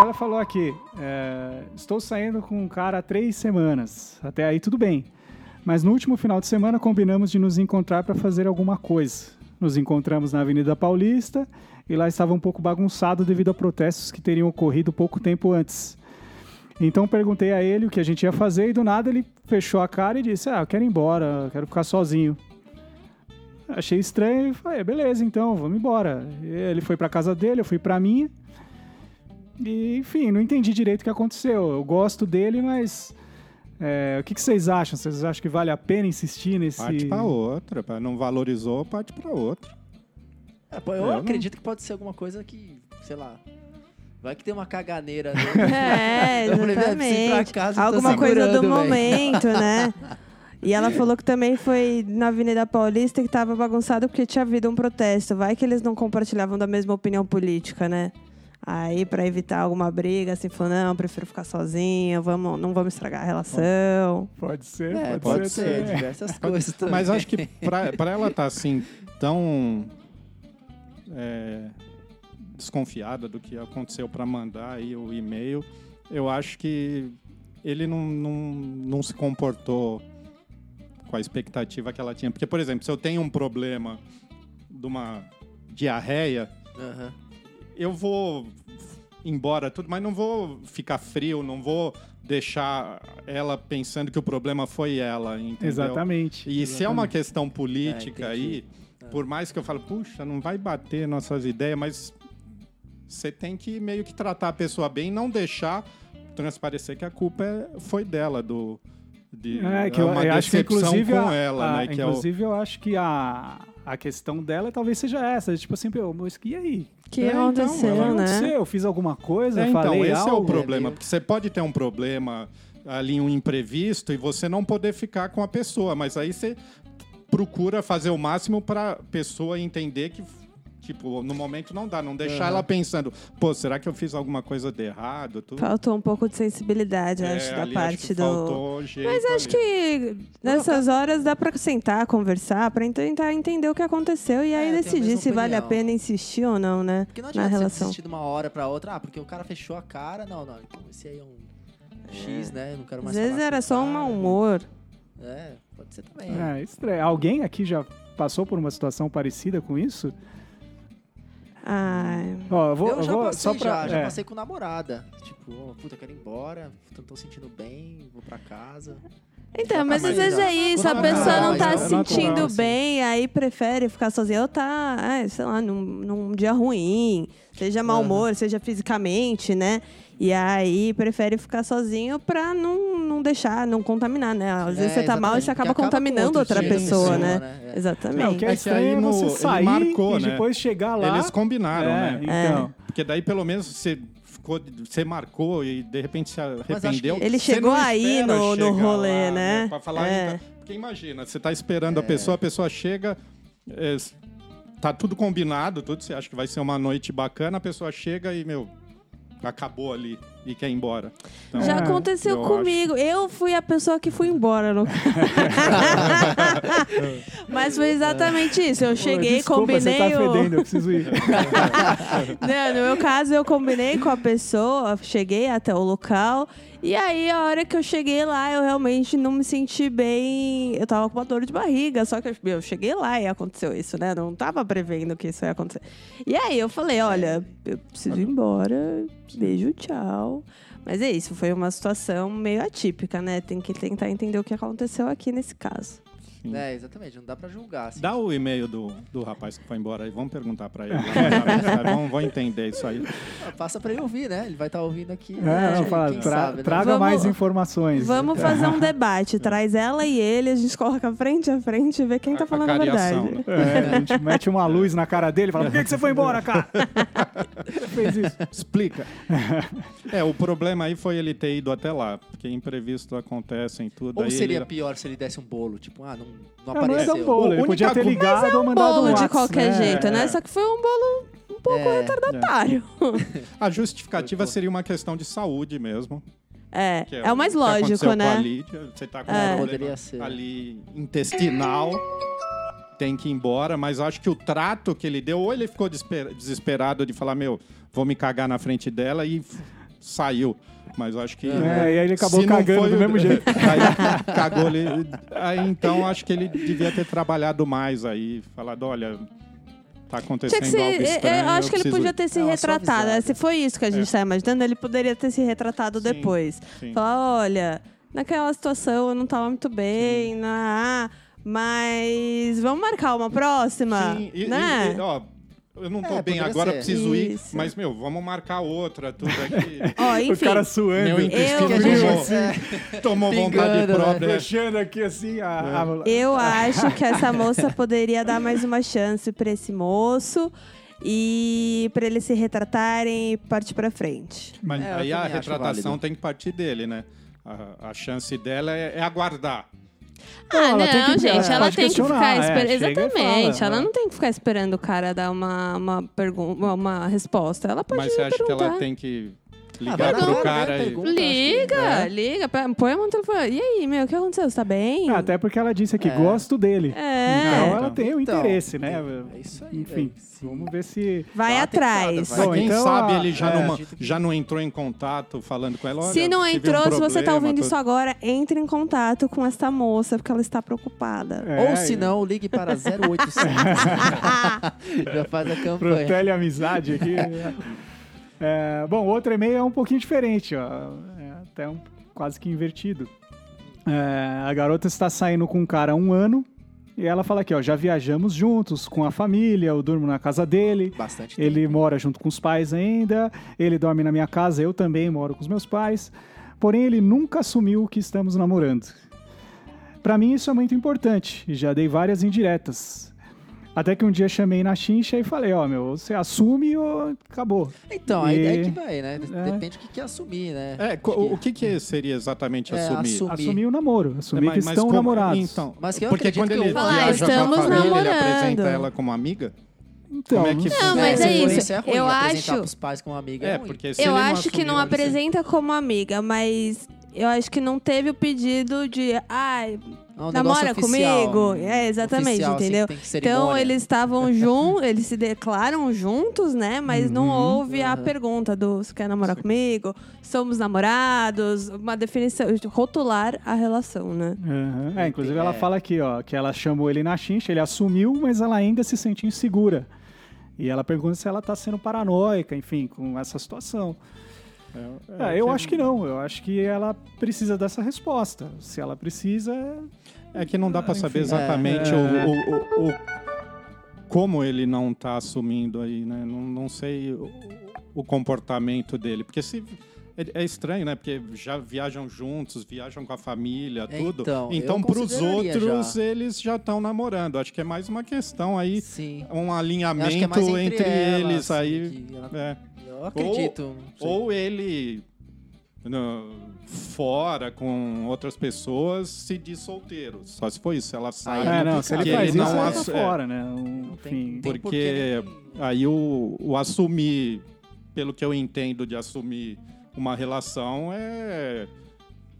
[SPEAKER 2] Ela falou aqui: é, Estou saindo com um cara há três semanas. Até aí tudo bem. Mas no último final de semana combinamos de nos encontrar para fazer alguma coisa. Nos encontramos na Avenida Paulista e lá estava um pouco bagunçado devido a protestos que teriam ocorrido pouco tempo antes. Então perguntei a ele o que a gente ia fazer e do nada ele fechou a cara e disse: Ah, eu quero ir embora, eu quero ficar sozinho. Achei estranho e falei: Beleza, então, vamos embora. Ele foi para casa dele, eu fui para minha. E, enfim, não entendi direito o que aconteceu. Eu gosto dele, mas. é, o que, que vocês acham? Vocês acham que vale a pena insistir nesse.
[SPEAKER 4] Parte pra outra. pra- Não valorizou, parte pra outra.
[SPEAKER 5] É, pô, eu,
[SPEAKER 4] Eu não-
[SPEAKER 5] acredito que pode ser alguma coisa que, sei lá. Vai que tem uma
[SPEAKER 3] [laughs]
[SPEAKER 5] caganeira. Né?
[SPEAKER 3] É,
[SPEAKER 5] Eu falei, "Velho, preciso ir pra
[SPEAKER 3] exatamente.
[SPEAKER 5] casa, tô
[SPEAKER 3] Alguma coisa do
[SPEAKER 5] segurando, velho."
[SPEAKER 3] momento, né? E ela falou que também foi na Avenida Paulista que tava bagunçado porque tinha havido um protesto. Vai que eles não compartilhavam da mesma opinião política, né? Aí, pra evitar alguma briga, assim, falou, não, eu prefiro ficar sozinha, vamos, não vamos estragar a relação.
[SPEAKER 2] Pode ser,
[SPEAKER 5] É,
[SPEAKER 2] pode,
[SPEAKER 5] pode ser,
[SPEAKER 2] também.
[SPEAKER 5] diversas coisas também.
[SPEAKER 4] Mas acho que pra, pra ela estar assim, tão é, desconfiada do que aconteceu pra mandar aí o e-mail, eu acho que ele não, não, não se comportou com a expectativa que ela tinha. Porque, por exemplo, se eu tenho um problema de uma diarreia,
[SPEAKER 5] Aham.
[SPEAKER 4] eu vou embora tudo, mas não vou ficar frio, não vou deixar ela pensando que o problema foi ela, entendeu?
[SPEAKER 2] Exatamente.
[SPEAKER 4] E se é uma questão política
[SPEAKER 5] É, entendi.
[SPEAKER 4] aí, por mais que eu falo, puxa, não vai bater nossas ideias, mas você tem que meio que tratar a pessoa bem e não deixar transparecer que a culpa é- foi dela, do. De,
[SPEAKER 2] É, que
[SPEAKER 4] é
[SPEAKER 2] eu,
[SPEAKER 4] uma
[SPEAKER 2] eu acho que
[SPEAKER 4] decepção
[SPEAKER 2] inclusive
[SPEAKER 4] com
[SPEAKER 2] a-
[SPEAKER 4] ela,
[SPEAKER 2] a-
[SPEAKER 4] né? Que é o-
[SPEAKER 2] inclusive eu acho que a, a questão dela talvez seja essa, tipo assim, pô, mas e aí?
[SPEAKER 3] O que
[SPEAKER 4] É, então,
[SPEAKER 3] aconteceu,
[SPEAKER 4] ela não
[SPEAKER 3] né?
[SPEAKER 2] Aconteceu? Eu fiz alguma coisa,
[SPEAKER 4] É, então,
[SPEAKER 2] falei
[SPEAKER 4] esse é o
[SPEAKER 2] algo.
[SPEAKER 4] problema.
[SPEAKER 5] meio-
[SPEAKER 4] Porque você pode ter um problema ali, um imprevisto, e você não poder ficar com a pessoa, mas aí você procura fazer o máximo para pessoa entender que, tipo, no momento não dá, não deixar
[SPEAKER 5] Aham.
[SPEAKER 4] ela pensando, pô, será que eu fiz alguma coisa de errado? Tudo.
[SPEAKER 3] Faltou um pouco de sensibilidade,
[SPEAKER 4] É,
[SPEAKER 3] acho, da
[SPEAKER 4] ali
[SPEAKER 3] parte
[SPEAKER 4] que
[SPEAKER 3] do.
[SPEAKER 4] faltou jeito
[SPEAKER 3] Mas acho
[SPEAKER 4] ali.
[SPEAKER 3] que nessas
[SPEAKER 5] tá.
[SPEAKER 3] horas dá pra sentar, conversar, pra tentar entender o que aconteceu e aí
[SPEAKER 5] É, tem a
[SPEAKER 3] decidir
[SPEAKER 5] mesma
[SPEAKER 3] se vale a
[SPEAKER 5] opinião.
[SPEAKER 3] pena insistir ou não, né?
[SPEAKER 5] Porque não
[SPEAKER 3] na
[SPEAKER 5] adianta você
[SPEAKER 3] relação.
[SPEAKER 5] desistir de uma hora pra outra. Ah, porque o cara fechou a cara. Não, não. Então esse aí é um X, né? Eu não quero
[SPEAKER 3] É. Às
[SPEAKER 5] mais
[SPEAKER 3] vezes
[SPEAKER 5] falar com
[SPEAKER 3] era
[SPEAKER 5] esse
[SPEAKER 3] só um
[SPEAKER 5] cara.
[SPEAKER 3] mau humor.
[SPEAKER 5] É, pode ser também.
[SPEAKER 2] É, estranho. Alguém aqui já passou por uma situação parecida com isso?
[SPEAKER 3] Ai.
[SPEAKER 2] Ó, eu vou,
[SPEAKER 5] eu já
[SPEAKER 2] vou-
[SPEAKER 5] passei,
[SPEAKER 2] só pra,
[SPEAKER 5] já, já
[SPEAKER 2] é,
[SPEAKER 5] passei com namorada. Tipo, ó, puta, quero ir embora, não tô sentindo bem, vou pra casa.
[SPEAKER 3] Então, mas às
[SPEAKER 5] mas
[SPEAKER 3] vezes
[SPEAKER 5] já-
[SPEAKER 3] é isso, a
[SPEAKER 5] Não,
[SPEAKER 3] pessoa
[SPEAKER 5] não,
[SPEAKER 3] não tá
[SPEAKER 5] mas
[SPEAKER 3] se
[SPEAKER 2] é natural,
[SPEAKER 3] sentindo
[SPEAKER 2] assim.
[SPEAKER 3] bem, aí prefere ficar sozinha. Ou tá, ai, sei lá, num, num dia ruim, seja mau humor, seja fisicamente, né? E aí prefere ficar sozinho pra não, não deixar, não contaminar, né? Às vezes você tá mal e você acaba, contaminando outra
[SPEAKER 4] tipo de
[SPEAKER 3] pessoa,
[SPEAKER 4] pessoa,
[SPEAKER 3] né?
[SPEAKER 5] É.
[SPEAKER 2] é, o
[SPEAKER 3] Exatamente.
[SPEAKER 2] que é
[SPEAKER 4] É que
[SPEAKER 2] estranho
[SPEAKER 4] aí
[SPEAKER 2] é
[SPEAKER 4] no-
[SPEAKER 2] você
[SPEAKER 4] ele
[SPEAKER 2] sair
[SPEAKER 4] marcou,
[SPEAKER 2] e
[SPEAKER 4] né?
[SPEAKER 2] depois chegar lá.
[SPEAKER 4] Eles combinaram,
[SPEAKER 2] É,
[SPEAKER 4] né?
[SPEAKER 2] Então,
[SPEAKER 4] Porque daí pelo menos você ficou, você marcou e de repente se
[SPEAKER 5] acho
[SPEAKER 4] arrependeu.
[SPEAKER 5] que
[SPEAKER 3] ele
[SPEAKER 4] Você
[SPEAKER 3] chegou
[SPEAKER 4] não
[SPEAKER 3] aí
[SPEAKER 4] espera
[SPEAKER 3] no- no
[SPEAKER 4] chegar
[SPEAKER 3] rolê,
[SPEAKER 4] lá,
[SPEAKER 3] né?
[SPEAKER 4] Pra falar,
[SPEAKER 3] É.
[SPEAKER 4] "Eita", porque imagina, você tá esperando a pessoa, a pessoa chega, é, s- tá tudo combinado, tudo, você acha que vai ser uma noite bacana, a pessoa chega e, meu, acabou ali e quer ir embora. Então,
[SPEAKER 3] Já
[SPEAKER 2] É,
[SPEAKER 3] aconteceu
[SPEAKER 4] eu
[SPEAKER 3] comigo. Eu fui a pessoa que fui
[SPEAKER 4] [laughs]
[SPEAKER 3] embora. No... Mas foi exatamente isso. Eu cheguei,
[SPEAKER 2] desculpa,
[SPEAKER 3] combinei.
[SPEAKER 2] Você tá
[SPEAKER 3] o-
[SPEAKER 2] fedendo, eu preciso ir.
[SPEAKER 3] Não, no meu caso, eu combinei com a pessoa, cheguei até o local. E aí, a hora que eu cheguei lá, eu realmente não me senti bem. Eu tava com uma dor de barriga, só que eu, eu cheguei lá e aconteceu isso, né? Eu não tava prevendo que isso ia acontecer. E aí, eu falei: olha, eu preciso ir embora, beijo, tchau. Mas é isso, foi uma situação meio atípica, né? Tem que tentar entender o que aconteceu aqui nesse caso.
[SPEAKER 4] Sim.
[SPEAKER 5] É, exatamente, não dá pra julgar. Assim.
[SPEAKER 4] Dá o e-mail do, do rapaz que foi embora aí, vamos perguntar pra ele. Vamos- vamos, vamos entender isso aí.
[SPEAKER 5] Passa pra ele ouvir, né? Ele vai estar ouvindo aqui.
[SPEAKER 2] É, Não, não,
[SPEAKER 5] né?
[SPEAKER 2] fala,
[SPEAKER 5] Quem
[SPEAKER 2] tra-
[SPEAKER 5] sabe, né?
[SPEAKER 2] traga
[SPEAKER 3] Vamos-
[SPEAKER 2] mais informações.
[SPEAKER 3] Vamos fazer um debate. Traz ela e ele, a gente coloca frente a frente e vê quem
[SPEAKER 4] A-
[SPEAKER 3] tá
[SPEAKER 4] a
[SPEAKER 3] falando a
[SPEAKER 4] cariação,
[SPEAKER 3] verdade.
[SPEAKER 4] né?
[SPEAKER 2] É, a gente mete uma luz na cara dele e fala: Por que, que você foi embora, cara? Você fez isso.
[SPEAKER 4] Explica. [laughs] é, o problema aí foi ele ter ido até lá, porque imprevisto acontecem tudo.
[SPEAKER 5] Ou
[SPEAKER 4] aí
[SPEAKER 5] seria
[SPEAKER 4] ele...
[SPEAKER 5] pior se ele desse um bolo? Tipo, ah, não, não
[SPEAKER 2] Não, não é
[SPEAKER 5] apareceu.
[SPEAKER 2] dar um bolo. Ele
[SPEAKER 4] Única
[SPEAKER 2] podia ter
[SPEAKER 4] culpa-
[SPEAKER 2] ligado ou mandado um
[SPEAKER 3] é bolo de
[SPEAKER 2] WhatsApp,
[SPEAKER 3] qualquer
[SPEAKER 2] né?
[SPEAKER 3] jeito,
[SPEAKER 4] É.
[SPEAKER 3] né? Só que foi um bolo um pouco
[SPEAKER 5] É.
[SPEAKER 3] retardatário.
[SPEAKER 4] A justificativa seria uma questão de saúde mesmo.
[SPEAKER 3] [laughs] É,
[SPEAKER 4] que
[SPEAKER 3] é, o mais
[SPEAKER 4] que aconteceu
[SPEAKER 3] lógico,
[SPEAKER 4] com a
[SPEAKER 3] né?
[SPEAKER 4] Lídia, você tá com
[SPEAKER 5] É.
[SPEAKER 4] um
[SPEAKER 5] Poderia
[SPEAKER 4] problema
[SPEAKER 5] ser.
[SPEAKER 4] ali intestinal, tem que ir embora, mas acho que o trato que ele deu, ou ele ficou desesper- desesperado de falar, meu, vou me cagar na frente dela e f- saiu. Mas eu acho que.
[SPEAKER 2] É, e aí ele acabou
[SPEAKER 4] Se não
[SPEAKER 2] cagando
[SPEAKER 4] foi
[SPEAKER 2] do
[SPEAKER 4] o- [laughs]
[SPEAKER 2] mesmo jeito.
[SPEAKER 4] Aí cagou ele. Aí então acho que ele devia ter trabalhado mais aí, falado, olha, tá
[SPEAKER 3] Tinha
[SPEAKER 4] acontecendo
[SPEAKER 3] que ser,
[SPEAKER 4] algo
[SPEAKER 3] é,
[SPEAKER 4] estranho.
[SPEAKER 3] é, eu acho que ele
[SPEAKER 4] preciso
[SPEAKER 3] podia
[SPEAKER 4] ir.
[SPEAKER 3] ter se
[SPEAKER 5] dar uma
[SPEAKER 3] retratado. né?
[SPEAKER 5] suavizada.
[SPEAKER 3] Se foi isso que a gente tá imaginando, ele poderia ter se retratado
[SPEAKER 4] É. Sim,
[SPEAKER 3] depois.
[SPEAKER 4] sim.
[SPEAKER 3] Falar, olha, naquela situação eu não tava muito bem, na mas vamos marcar uma próxima,
[SPEAKER 4] Sim, e,
[SPEAKER 3] né?
[SPEAKER 4] e- e, ó, eu não tô
[SPEAKER 5] É,
[SPEAKER 4] bem
[SPEAKER 5] poderia
[SPEAKER 4] agora,
[SPEAKER 5] ser.
[SPEAKER 4] preciso ir,
[SPEAKER 3] Isso.
[SPEAKER 4] mas meu, vamos marcar outra, tudo aqui.
[SPEAKER 5] [laughs]
[SPEAKER 3] Ó,
[SPEAKER 2] O
[SPEAKER 3] enfim.
[SPEAKER 2] cara suando. né?
[SPEAKER 4] Meu intestino
[SPEAKER 3] Eu-
[SPEAKER 4] tomou,
[SPEAKER 5] É,
[SPEAKER 4] tomou
[SPEAKER 5] Pingando,
[SPEAKER 4] vontade
[SPEAKER 5] né?
[SPEAKER 4] própria.
[SPEAKER 2] Fechando aqui assim a. a-
[SPEAKER 3] Eu acho que essa moça poderia dar mais uma chance pra esse moço e pra eles se retratarem e partir pra frente.
[SPEAKER 4] Mas
[SPEAKER 5] É, eu
[SPEAKER 4] aí a
[SPEAKER 5] também acho
[SPEAKER 4] retratação
[SPEAKER 5] válido.
[SPEAKER 4] tem que partir dele, né? A, a chance dela é, é aguardar.
[SPEAKER 2] Não,
[SPEAKER 3] Ah,
[SPEAKER 2] ela
[SPEAKER 3] não,
[SPEAKER 2] tem que-
[SPEAKER 3] gente,
[SPEAKER 2] ela
[SPEAKER 3] ela
[SPEAKER 2] pode
[SPEAKER 3] tem que
[SPEAKER 2] questionar,
[SPEAKER 3] ficar
[SPEAKER 2] é,
[SPEAKER 3] esperando.
[SPEAKER 2] chega e fala,
[SPEAKER 3] Exatamente, ela
[SPEAKER 2] né?
[SPEAKER 3] não tem que ficar esperando o cara dar uma, uma pergunta, uma resposta. Ela pode
[SPEAKER 4] Mas você acha que ela
[SPEAKER 3] perguntar. Ah,
[SPEAKER 4] tem que
[SPEAKER 5] vai
[SPEAKER 4] ligar
[SPEAKER 5] lá,
[SPEAKER 4] pro
[SPEAKER 5] né?
[SPEAKER 4] cara e...
[SPEAKER 5] Pergunta, acho que-
[SPEAKER 4] né?
[SPEAKER 3] Liga, liga, pe- põe a mão no telefone. E aí, meu, o que aconteceu? Você tá bem?
[SPEAKER 2] Ah, Até porque ela disse aqui,
[SPEAKER 5] É.
[SPEAKER 2] gosto dele.
[SPEAKER 3] É.
[SPEAKER 2] Então ela [laughs] tem o
[SPEAKER 5] Então,
[SPEAKER 2] interesse, né?
[SPEAKER 5] É isso aí.
[SPEAKER 2] Enfim,
[SPEAKER 5] velho. Se-
[SPEAKER 2] vamos ver se.
[SPEAKER 3] Vai
[SPEAKER 4] Ah,
[SPEAKER 5] Dá uma
[SPEAKER 3] atrás.
[SPEAKER 5] tentada,
[SPEAKER 4] Mas
[SPEAKER 2] Bom,
[SPEAKER 4] quem
[SPEAKER 2] então,
[SPEAKER 4] sabe
[SPEAKER 2] a-
[SPEAKER 4] ele já,
[SPEAKER 2] é,
[SPEAKER 4] não,
[SPEAKER 5] a gente-
[SPEAKER 4] já não entrou em contato falando com ela? Olha,
[SPEAKER 3] Se não
[SPEAKER 4] tive um
[SPEAKER 3] entrou, se você tá
[SPEAKER 4] problema,
[SPEAKER 3] ouvindo
[SPEAKER 4] tô-
[SPEAKER 3] isso agora, entre em contato com essa moça, porque ela está preocupada.
[SPEAKER 2] É,
[SPEAKER 5] Ou se não,
[SPEAKER 2] [laughs]
[SPEAKER 5] ligue para 085. [laughs] Já faz a
[SPEAKER 2] Pro
[SPEAKER 5] campanha.
[SPEAKER 2] teleamizade aqui. É, bom, outro e-mail é um pouquinho diferente, ó. É até um, quase que invertido. É, a garota está saindo com um cara há um ano e ela fala aqui, ó, já viajamos juntos com a família, eu durmo na casa dele,
[SPEAKER 5] Bastante tempo.
[SPEAKER 2] ele mora junto com os pais ainda, ele dorme na minha casa, eu também moro com os meus pais. Porém, ele nunca assumiu que estamos namorando. Pra mim, isso é muito importante e já dei várias indiretas. Até que um dia chamei na chincha e falei: Ó, meu, você assume ou acabou?
[SPEAKER 5] Então, aí
[SPEAKER 2] E-
[SPEAKER 5] é que vai, né? Depende do que quer assumir, né?
[SPEAKER 4] É, co- o que, que seria exatamente
[SPEAKER 5] É,
[SPEAKER 4] assumir?
[SPEAKER 5] assumir.
[SPEAKER 2] Assumi o namoro, assumi
[SPEAKER 4] É, mas-
[SPEAKER 2] que
[SPEAKER 4] mas
[SPEAKER 2] estão
[SPEAKER 4] como-
[SPEAKER 2] namorados.
[SPEAKER 4] Então,
[SPEAKER 5] Mas que eu
[SPEAKER 4] porque
[SPEAKER 5] acredito
[SPEAKER 4] quando
[SPEAKER 5] que
[SPEAKER 4] ele
[SPEAKER 5] eu-
[SPEAKER 3] Falar,
[SPEAKER 4] viaja com
[SPEAKER 3] estamos
[SPEAKER 4] a família, ele
[SPEAKER 3] namorando.
[SPEAKER 4] apresenta ela como amiga?
[SPEAKER 2] Então,
[SPEAKER 4] como é que
[SPEAKER 2] não-
[SPEAKER 3] Não,
[SPEAKER 4] funciona?
[SPEAKER 3] mas
[SPEAKER 5] se
[SPEAKER 3] é isso.
[SPEAKER 5] influência ruim, né?
[SPEAKER 3] Eu
[SPEAKER 5] apresentar
[SPEAKER 3] acho-
[SPEAKER 5] Pros pais como amiga é,
[SPEAKER 4] É,
[SPEAKER 5] ruim.
[SPEAKER 4] porque se
[SPEAKER 3] Eu
[SPEAKER 4] ele
[SPEAKER 3] acho que não
[SPEAKER 4] assumiu, ele-
[SPEAKER 3] apresenta como amiga, mas eu acho que não teve o pedido de, "Ah, ai,
[SPEAKER 5] É um negócio
[SPEAKER 3] namora
[SPEAKER 5] oficial,
[SPEAKER 3] comigo.
[SPEAKER 5] um-
[SPEAKER 3] É, exatamente,
[SPEAKER 5] oficial, assim,
[SPEAKER 3] entendeu?
[SPEAKER 5] que tem que
[SPEAKER 3] Então
[SPEAKER 5] cerimônia.
[SPEAKER 3] eles
[SPEAKER 4] [laughs]
[SPEAKER 3] estavam juntos, eles se declaram juntos, né? Mas não
[SPEAKER 4] Uhum.
[SPEAKER 3] houve a
[SPEAKER 5] Aham.
[SPEAKER 3] pergunta do você quer namorar comigo? Somos namorados? Uma definição, rotular a relação, né?
[SPEAKER 2] Aham. É, inclusive
[SPEAKER 5] É.
[SPEAKER 2] ela fala aqui, ó, que ela chamou ele na chincha, ele assumiu, mas ela ainda se sente insegura. E ela pergunta se ela tá sendo paranoica, enfim, com essa situação.
[SPEAKER 4] É,
[SPEAKER 2] Ah, eu acho que não, eu acho que ela precisa dessa resposta. Se ela precisa,
[SPEAKER 4] É que não dá pra
[SPEAKER 2] Enfim,
[SPEAKER 4] saber
[SPEAKER 2] é.
[SPEAKER 4] exatamente
[SPEAKER 2] É.
[SPEAKER 4] o, o- o- o- como ele não tá assumindo aí, né? Não, não sei o, o comportamento dele. Porque se. É é estranho, né? Porque já viajam juntos, viajam com a família, tudo.
[SPEAKER 5] Então, eu
[SPEAKER 4] para os
[SPEAKER 5] consideraria
[SPEAKER 4] outros,
[SPEAKER 5] já.
[SPEAKER 4] eles já estão namorando. Acho que é mais uma questão aí,
[SPEAKER 5] Sim.
[SPEAKER 4] um
[SPEAKER 5] Eu acho que é
[SPEAKER 4] alinhamento
[SPEAKER 5] mais entre,
[SPEAKER 4] entre,
[SPEAKER 5] ela,
[SPEAKER 4] eles
[SPEAKER 5] assim,
[SPEAKER 4] aí.
[SPEAKER 5] que ela-
[SPEAKER 4] é.
[SPEAKER 5] Eu acredito. não sei.
[SPEAKER 4] Ou ele no- fora com outras pessoas se diz solteiro. Só se for isso, ela sai.
[SPEAKER 5] Aí
[SPEAKER 2] é,
[SPEAKER 5] é
[SPEAKER 2] não, se ele
[SPEAKER 5] complicado.
[SPEAKER 2] faz
[SPEAKER 5] Ele
[SPEAKER 2] isso,
[SPEAKER 5] não
[SPEAKER 2] ela tá
[SPEAKER 5] ass-
[SPEAKER 4] é.
[SPEAKER 2] fora, né? Um-
[SPEAKER 5] Não tem- né?
[SPEAKER 2] enfim.
[SPEAKER 5] tem
[SPEAKER 4] porque aí o, o assumir, pelo que eu entendo de assumir uma relação é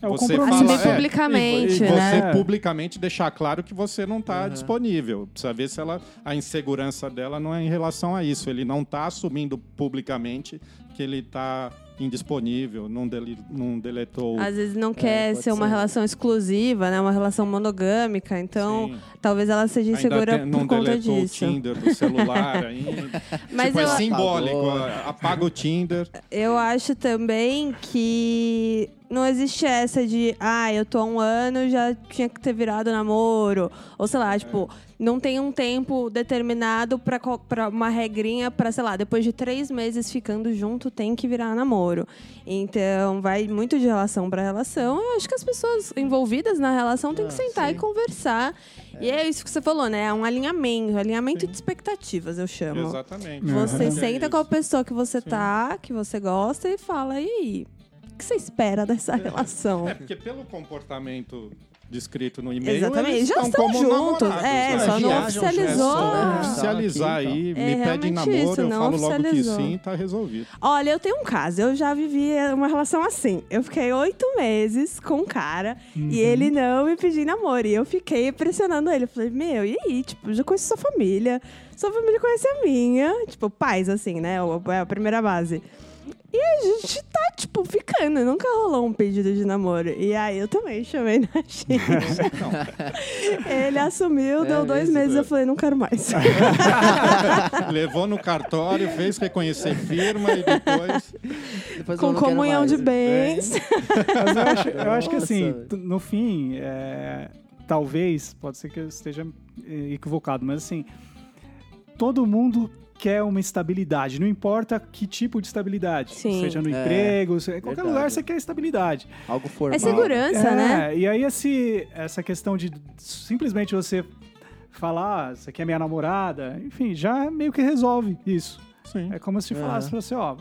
[SPEAKER 2] É o
[SPEAKER 4] você
[SPEAKER 2] compromisso.
[SPEAKER 4] falar,
[SPEAKER 3] Assumir
[SPEAKER 4] é,
[SPEAKER 3] publicamente,
[SPEAKER 4] e vo- e
[SPEAKER 2] né?
[SPEAKER 4] você publicamente deixar claro que você não está
[SPEAKER 5] Uhum.
[SPEAKER 4] disponível. Precisa ver se ela, a insegurança dela não é em relação a isso. Ele não está assumindo publicamente que ele está indisponível, não, dele, não deletou.
[SPEAKER 3] Às vezes
[SPEAKER 4] É,
[SPEAKER 3] não quer
[SPEAKER 5] pode
[SPEAKER 3] ser uma
[SPEAKER 5] ser.
[SPEAKER 3] relação exclusiva, né? Uma relação monogâmica, então
[SPEAKER 4] Sim.
[SPEAKER 3] talvez ela seja
[SPEAKER 4] Ainda
[SPEAKER 3] insegura
[SPEAKER 4] tem-
[SPEAKER 3] por
[SPEAKER 4] não
[SPEAKER 3] conta
[SPEAKER 4] deletou
[SPEAKER 3] disso.
[SPEAKER 4] o Tinder do celular
[SPEAKER 3] [laughs]
[SPEAKER 4] ainda.
[SPEAKER 3] Mas
[SPEAKER 4] tipo,
[SPEAKER 3] eu,
[SPEAKER 4] é simbólico.
[SPEAKER 5] Apagou.
[SPEAKER 4] a- Apaga o Tinder.
[SPEAKER 3] eu acho também que não existe essa de, ah, eu tô há um ano, já tinha que ter virado namoro. Ou sei
[SPEAKER 5] É.
[SPEAKER 3] lá, tipo, não tem um tempo determinado pra, co- pra uma regrinha pra, sei lá, depois de três meses ficando junto, tem que virar namoro. Então, vai muito de relação pra relação. Eu acho que as pessoas envolvidas na relação têm que
[SPEAKER 5] Ah,
[SPEAKER 3] sentar
[SPEAKER 5] sim.
[SPEAKER 3] e conversar. E é isso que você falou, né? É um alinhamento, alinhamento de expectativas, eu chamo.
[SPEAKER 4] Exatamente.
[SPEAKER 3] É, Você
[SPEAKER 4] É
[SPEAKER 3] senta
[SPEAKER 4] isso.
[SPEAKER 3] com a pessoa que você tá, que você gosta, e fala, e aí? O que você espera dessa relação?
[SPEAKER 4] É porque pelo comportamento descrito no e-mail,
[SPEAKER 3] Exatamente,
[SPEAKER 4] eles
[SPEAKER 3] já
[SPEAKER 4] estão
[SPEAKER 3] estão
[SPEAKER 4] como
[SPEAKER 3] juntos,
[SPEAKER 4] namorados,
[SPEAKER 3] é,
[SPEAKER 4] né?
[SPEAKER 5] só não
[SPEAKER 4] Viajam
[SPEAKER 5] oficializou,
[SPEAKER 4] juntos,
[SPEAKER 5] né?
[SPEAKER 4] só Oficializar
[SPEAKER 5] Aqui,
[SPEAKER 4] aí,
[SPEAKER 3] então. É,
[SPEAKER 4] me pede em
[SPEAKER 3] realmente
[SPEAKER 4] namoro,
[SPEAKER 3] isso,
[SPEAKER 4] eu
[SPEAKER 3] não
[SPEAKER 4] falo logo que
[SPEAKER 3] oficializou.
[SPEAKER 4] sim, tá resolvido. [laughs]
[SPEAKER 3] Olha, eu tenho um caso, eu já vivi uma relação assim. Eu fiquei oito meses com um cara
[SPEAKER 5] Uhum.
[SPEAKER 3] e ele não me pediu em namoro. E eu fiquei pressionando ele. Eu falei, meu, e aí? Tipo, já conheço sua família, sua família conhece a minha. Tipo, pais, assim, né? O- É a primeira base. E a gente tá tipo, ficando. Nunca rolou um pedido de namoro. E aí eu também chamei
[SPEAKER 5] [laughs]
[SPEAKER 3] na Xixa. Ele assumiu,
[SPEAKER 5] É
[SPEAKER 3] deu dois
[SPEAKER 5] mesmo?
[SPEAKER 3] meses. Eu falei, não quero mais.
[SPEAKER 4] Levou no cartório, fez reconhecer firma e depois.
[SPEAKER 5] Depois eu
[SPEAKER 3] Com
[SPEAKER 5] não quero
[SPEAKER 3] comunhão
[SPEAKER 5] mais. né?
[SPEAKER 3] de bens.
[SPEAKER 2] Mas eu acho, eu acho que assim,
[SPEAKER 5] Nossa.
[SPEAKER 2] t- no fim, é, talvez, pode ser que eu esteja eh, equivocado, mas assim, todo mundo quer uma estabilidade, não importa que tipo de estabilidade,
[SPEAKER 3] Sim.
[SPEAKER 2] seja no
[SPEAKER 5] É,
[SPEAKER 2] emprego, se- em qualquer
[SPEAKER 5] verdade.
[SPEAKER 2] lugar você quer estabilidade.
[SPEAKER 5] Algo formal.
[SPEAKER 3] É segurança,
[SPEAKER 2] é,
[SPEAKER 3] né?
[SPEAKER 2] E aí esse, essa questão de simplesmente você falar, "Ah, você quer minha namorada, enfim, já meio que resolve isso.
[SPEAKER 4] Sim.
[SPEAKER 2] É como se
[SPEAKER 5] Aham.
[SPEAKER 2] falasse pra você, ó,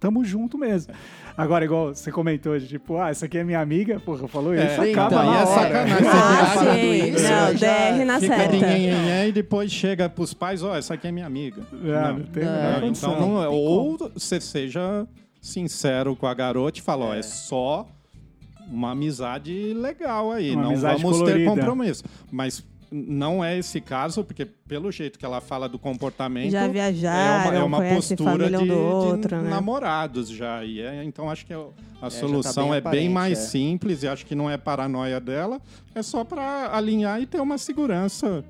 [SPEAKER 2] tamo junto mesmo. Agora, igual você comentou, de tipo, ah, essa aqui é minha amiga, porra, falou isso, acaba
[SPEAKER 5] Sim, então,
[SPEAKER 2] na
[SPEAKER 5] aí é
[SPEAKER 2] hora.
[SPEAKER 5] sacanagem. Mas
[SPEAKER 3] Ah,
[SPEAKER 5] você tem falado
[SPEAKER 3] sim.
[SPEAKER 5] isso, né?
[SPEAKER 3] Não,
[SPEAKER 5] já
[SPEAKER 3] DR na
[SPEAKER 4] Fica de
[SPEAKER 3] certa.
[SPEAKER 4] nhenhenhé e depois chega pros pais, ó, essa aqui é minha amiga.
[SPEAKER 2] É, não tem a menor
[SPEAKER 5] Não,
[SPEAKER 2] condição.
[SPEAKER 4] então não é. Ou você seja sincero com a garota e fala, ó, é só uma amizade legal aí,
[SPEAKER 2] Uma
[SPEAKER 4] não
[SPEAKER 2] amizade
[SPEAKER 4] vamos ter
[SPEAKER 2] colorida.
[SPEAKER 4] compromisso. Mas não é esse caso, porque pelo jeito que ela fala do comportamento,
[SPEAKER 3] Já viajaram,
[SPEAKER 4] é uma, é uma
[SPEAKER 3] conhece
[SPEAKER 4] postura
[SPEAKER 3] família
[SPEAKER 4] de,
[SPEAKER 3] um do
[SPEAKER 4] de
[SPEAKER 3] outro, né?
[SPEAKER 4] namorados já. E é- então acho que eu- a
[SPEAKER 5] já tá
[SPEAKER 4] solução
[SPEAKER 5] bem
[SPEAKER 4] é bem
[SPEAKER 5] aparente,
[SPEAKER 4] mais
[SPEAKER 5] é.
[SPEAKER 4] simples e acho que não é paranoia dela, é só para alinhar e ter uma segurança.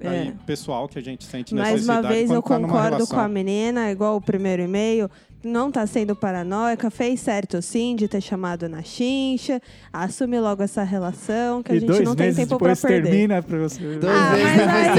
[SPEAKER 3] É.
[SPEAKER 4] Aí, pessoal que a gente sente
[SPEAKER 3] Mais uma
[SPEAKER 4] necessidade
[SPEAKER 3] vez
[SPEAKER 4] quando
[SPEAKER 3] eu
[SPEAKER 4] tá numa
[SPEAKER 3] concordo
[SPEAKER 4] relação.
[SPEAKER 3] com a menina, igual o primeiro e-mail. Não tá sendo paranoica, fez certo sim de ter chamado na chincha, assume logo essa relação, que a
[SPEAKER 2] E
[SPEAKER 3] gente
[SPEAKER 2] dois
[SPEAKER 3] não tem
[SPEAKER 2] meses
[SPEAKER 3] tempo pra
[SPEAKER 2] depois
[SPEAKER 3] perder.
[SPEAKER 2] termina pra você.
[SPEAKER 5] Dois
[SPEAKER 3] Ah,
[SPEAKER 5] meses
[SPEAKER 3] mas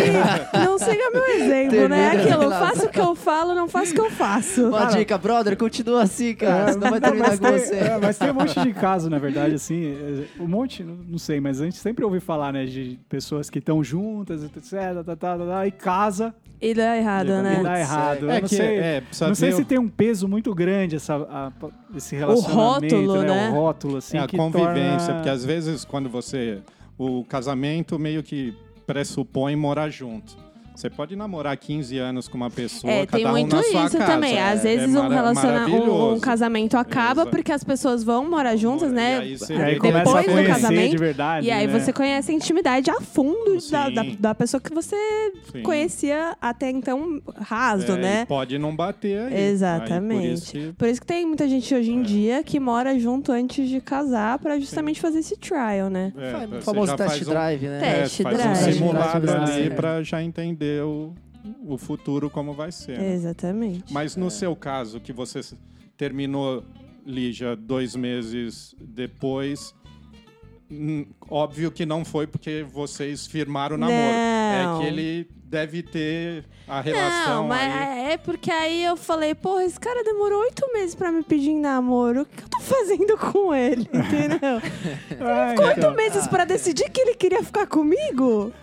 [SPEAKER 3] aí não siga meu exemplo, né? É
[SPEAKER 5] Termina
[SPEAKER 3] aquilo, eu
[SPEAKER 5] relação.
[SPEAKER 3] faço o que eu falo, não faço o que eu faço.
[SPEAKER 5] Uma dica, brother, continua assim, cara.
[SPEAKER 3] É.
[SPEAKER 5] Senão vai terminar
[SPEAKER 2] mas,
[SPEAKER 5] com
[SPEAKER 2] tem,
[SPEAKER 5] você.
[SPEAKER 2] é, mas tem um monte de caso, na verdade, assim, é, um monte, não- não sei, mas a gente sempre ouve falar, né, de pessoas que estão juntas, etc, tá, tá, tá, tá, e casa,
[SPEAKER 3] E dá errado,
[SPEAKER 2] e
[SPEAKER 3] né?
[SPEAKER 2] dá errado.
[SPEAKER 4] É
[SPEAKER 2] Eu não
[SPEAKER 4] que
[SPEAKER 2] sei,
[SPEAKER 4] é, precisa
[SPEAKER 2] não sei
[SPEAKER 4] ver
[SPEAKER 2] se
[SPEAKER 4] o-
[SPEAKER 2] tem um peso muito grande essa, a- esse relacionamento,
[SPEAKER 3] rótulo, né?
[SPEAKER 2] O rótulo, assim,
[SPEAKER 4] é a
[SPEAKER 2] que
[SPEAKER 4] convivência,
[SPEAKER 2] torna-
[SPEAKER 4] porque às vezes quando você o casamento meio que pressupõe morar junto. Você pode namorar 15 anos com uma pessoa,
[SPEAKER 3] É,
[SPEAKER 4] cada
[SPEAKER 3] tem
[SPEAKER 4] um
[SPEAKER 3] muito
[SPEAKER 4] na sua
[SPEAKER 3] isso
[SPEAKER 4] casa.
[SPEAKER 3] também.
[SPEAKER 4] É,
[SPEAKER 3] Às
[SPEAKER 4] é
[SPEAKER 3] vezes um,
[SPEAKER 4] mara-
[SPEAKER 3] relaciona... um, um
[SPEAKER 4] maravilhoso.
[SPEAKER 3] casamento acaba
[SPEAKER 4] Exato.
[SPEAKER 3] porque as pessoas vão morar juntas, né?
[SPEAKER 4] E aí você
[SPEAKER 2] E É, aí
[SPEAKER 4] vê que
[SPEAKER 2] começa a
[SPEAKER 3] Depois do
[SPEAKER 2] conhecer
[SPEAKER 3] casamento,
[SPEAKER 2] de verdade.
[SPEAKER 3] E aí
[SPEAKER 2] né?
[SPEAKER 3] você conhece a intimidade a fundo da,
[SPEAKER 4] Sim.
[SPEAKER 3] da, da pessoa que você
[SPEAKER 4] Sim.
[SPEAKER 3] conhecia até então raso,
[SPEAKER 4] É, e
[SPEAKER 3] né?
[SPEAKER 4] Pode não bater aí. Aí,
[SPEAKER 3] Exatamente.
[SPEAKER 4] por isso que-
[SPEAKER 3] Por isso que tem muita gente hoje em
[SPEAKER 4] É.
[SPEAKER 3] dia que mora junto antes de casar pra justamente fazer esse trial, né?
[SPEAKER 4] é,
[SPEAKER 5] Faz-
[SPEAKER 4] você
[SPEAKER 5] o famoso
[SPEAKER 4] já
[SPEAKER 5] test
[SPEAKER 4] faz um-
[SPEAKER 5] drive, né?
[SPEAKER 4] é,
[SPEAKER 3] Test
[SPEAKER 4] faz
[SPEAKER 3] drive.
[SPEAKER 4] um simulado
[SPEAKER 5] Test
[SPEAKER 4] ali
[SPEAKER 5] drive.
[SPEAKER 4] pra já entender o, o futuro como vai ser. né?
[SPEAKER 3] Exatamente.
[SPEAKER 4] Mas no seu caso, que você s- terminou, Lígia, dois meses depois, hum, óbvio que não foi porque vocês firmaram o namoro.
[SPEAKER 3] Não.
[SPEAKER 4] É que ele deve ter a relação
[SPEAKER 3] Não, mas
[SPEAKER 4] aí.
[SPEAKER 3] é porque aí eu falei, porra, esse cara demorou oito meses pra me pedir em namoro. O que eu tô fazendo [laughs] com ele? Entendeu?
[SPEAKER 2] Ah,
[SPEAKER 3] Ficou
[SPEAKER 2] então.
[SPEAKER 3] oito meses
[SPEAKER 4] [laughs]
[SPEAKER 3] pra decidir que ele queria ficar comigo?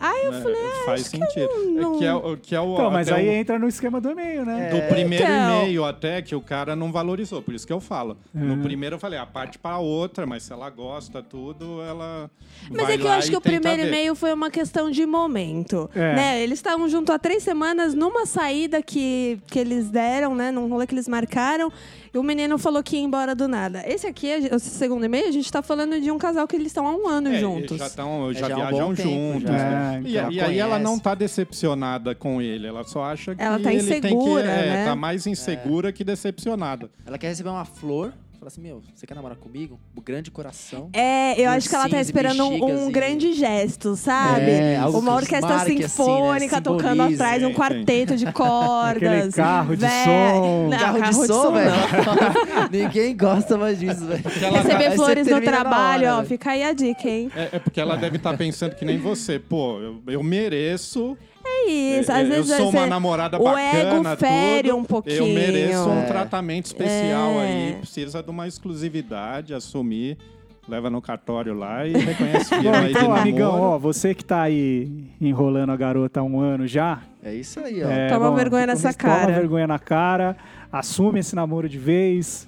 [SPEAKER 3] Aí eu
[SPEAKER 4] né?
[SPEAKER 3] falei,
[SPEAKER 4] Faz sentido.
[SPEAKER 3] não-
[SPEAKER 4] É que é, o- que é o,
[SPEAKER 2] Então, mas
[SPEAKER 4] até
[SPEAKER 2] aí
[SPEAKER 4] o-
[SPEAKER 2] entra no esquema do e-mail, né?
[SPEAKER 4] do primeiro
[SPEAKER 3] Então.
[SPEAKER 4] e-mail até que o cara não valorizou, por isso que eu falo.
[SPEAKER 2] Uhum.
[SPEAKER 4] No primeiro eu falei, a parte para outra, mas se ela gosta tudo, ela
[SPEAKER 3] Mas
[SPEAKER 4] Tipo, vai
[SPEAKER 3] é que eu
[SPEAKER 4] lá
[SPEAKER 3] acho
[SPEAKER 4] e
[SPEAKER 3] que o
[SPEAKER 4] tenta
[SPEAKER 3] primeiro
[SPEAKER 4] ver.
[SPEAKER 3] e-mail foi uma questão de momento.
[SPEAKER 2] É.
[SPEAKER 3] Né? Eles estavam junto há três semanas numa saída que, que eles deram, né? Num rolê que eles marcaram. E o menino falou que ia embora do nada. Esse aqui, esse segundo e-mail, a gente tá falando de um casal que eles estão há um ano
[SPEAKER 4] É,
[SPEAKER 3] juntos.
[SPEAKER 4] Já, tão, já,
[SPEAKER 5] já há um
[SPEAKER 4] viajam
[SPEAKER 5] bom tempo,
[SPEAKER 4] juntos.
[SPEAKER 5] já.
[SPEAKER 4] né?
[SPEAKER 2] É,
[SPEAKER 4] E-
[SPEAKER 5] então.
[SPEAKER 4] e,
[SPEAKER 5] Já
[SPEAKER 4] aí ela
[SPEAKER 5] conhece.
[SPEAKER 4] não tá decepcionada com ele, ela só acha que
[SPEAKER 3] Ela tá
[SPEAKER 4] ele tem que.
[SPEAKER 3] insegura,
[SPEAKER 4] é,
[SPEAKER 3] né?
[SPEAKER 4] tá mais insegura que decepcionada.
[SPEAKER 5] Ela quer receber uma flor. Fala assim, meu, você quer namorar comigo? O grande coração.
[SPEAKER 3] É, eu
[SPEAKER 5] Ursinhos
[SPEAKER 3] acho que ela tá
[SPEAKER 5] e
[SPEAKER 3] esperando um,
[SPEAKER 5] bexigas
[SPEAKER 3] um
[SPEAKER 5] e-
[SPEAKER 3] grande gesto, sabe?
[SPEAKER 5] É, algo
[SPEAKER 3] Uma
[SPEAKER 5] que
[SPEAKER 3] orquestra
[SPEAKER 5] marque, assim, né?
[SPEAKER 3] sinfônica tocando
[SPEAKER 5] Simbolize.
[SPEAKER 3] atrás, um
[SPEAKER 4] Sim,
[SPEAKER 3] quarteto de cordas.
[SPEAKER 2] Aquele carro de
[SPEAKER 3] Vé-
[SPEAKER 2] som.
[SPEAKER 3] Não,
[SPEAKER 5] carro, Um de som,
[SPEAKER 3] não.
[SPEAKER 5] velho. [laughs] Ninguém gosta mais disso, velho.
[SPEAKER 3] Receber
[SPEAKER 5] Aí você
[SPEAKER 3] flores no
[SPEAKER 5] termina na
[SPEAKER 3] trabalho,
[SPEAKER 5] hora,
[SPEAKER 3] ó,
[SPEAKER 5] velho.
[SPEAKER 3] fica aí a dica, hein?
[SPEAKER 4] É, é porque ela deve estar pensando que nem você. Pô, eu, eu mereço.
[SPEAKER 3] É isso, às
[SPEAKER 4] eu,
[SPEAKER 3] vezes
[SPEAKER 4] eu sou
[SPEAKER 3] você-
[SPEAKER 4] uma namorada
[SPEAKER 3] o
[SPEAKER 4] bacana.
[SPEAKER 3] ego fere
[SPEAKER 4] tudo,
[SPEAKER 3] um pouquinho.
[SPEAKER 4] Eu mereço um
[SPEAKER 5] É.
[SPEAKER 4] tratamento especial
[SPEAKER 3] É.
[SPEAKER 4] aí. Precisa de uma exclusividade, assumir. Leva no cartório lá e reconhece
[SPEAKER 2] Bom,
[SPEAKER 4] firma aí de
[SPEAKER 2] então,
[SPEAKER 4] namoro.
[SPEAKER 2] amigão, ó, você que tá aí enrolando a garota há um ano já.
[SPEAKER 5] É isso aí, ó.
[SPEAKER 2] é,
[SPEAKER 3] Toma vergonha nessa cara.
[SPEAKER 2] Toma vergonha na cara, assume esse namoro de vez,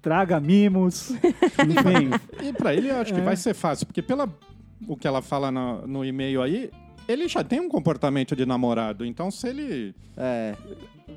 [SPEAKER 2] traga
[SPEAKER 3] [laughs]
[SPEAKER 2] mimos, enfim.
[SPEAKER 4] E pra ele, eu acho
[SPEAKER 5] É.
[SPEAKER 4] que vai ser fácil, porque pela o que ela fala na- no e-mail aí, ele já tem um comportamento de namorado. Então, se ele
[SPEAKER 5] É.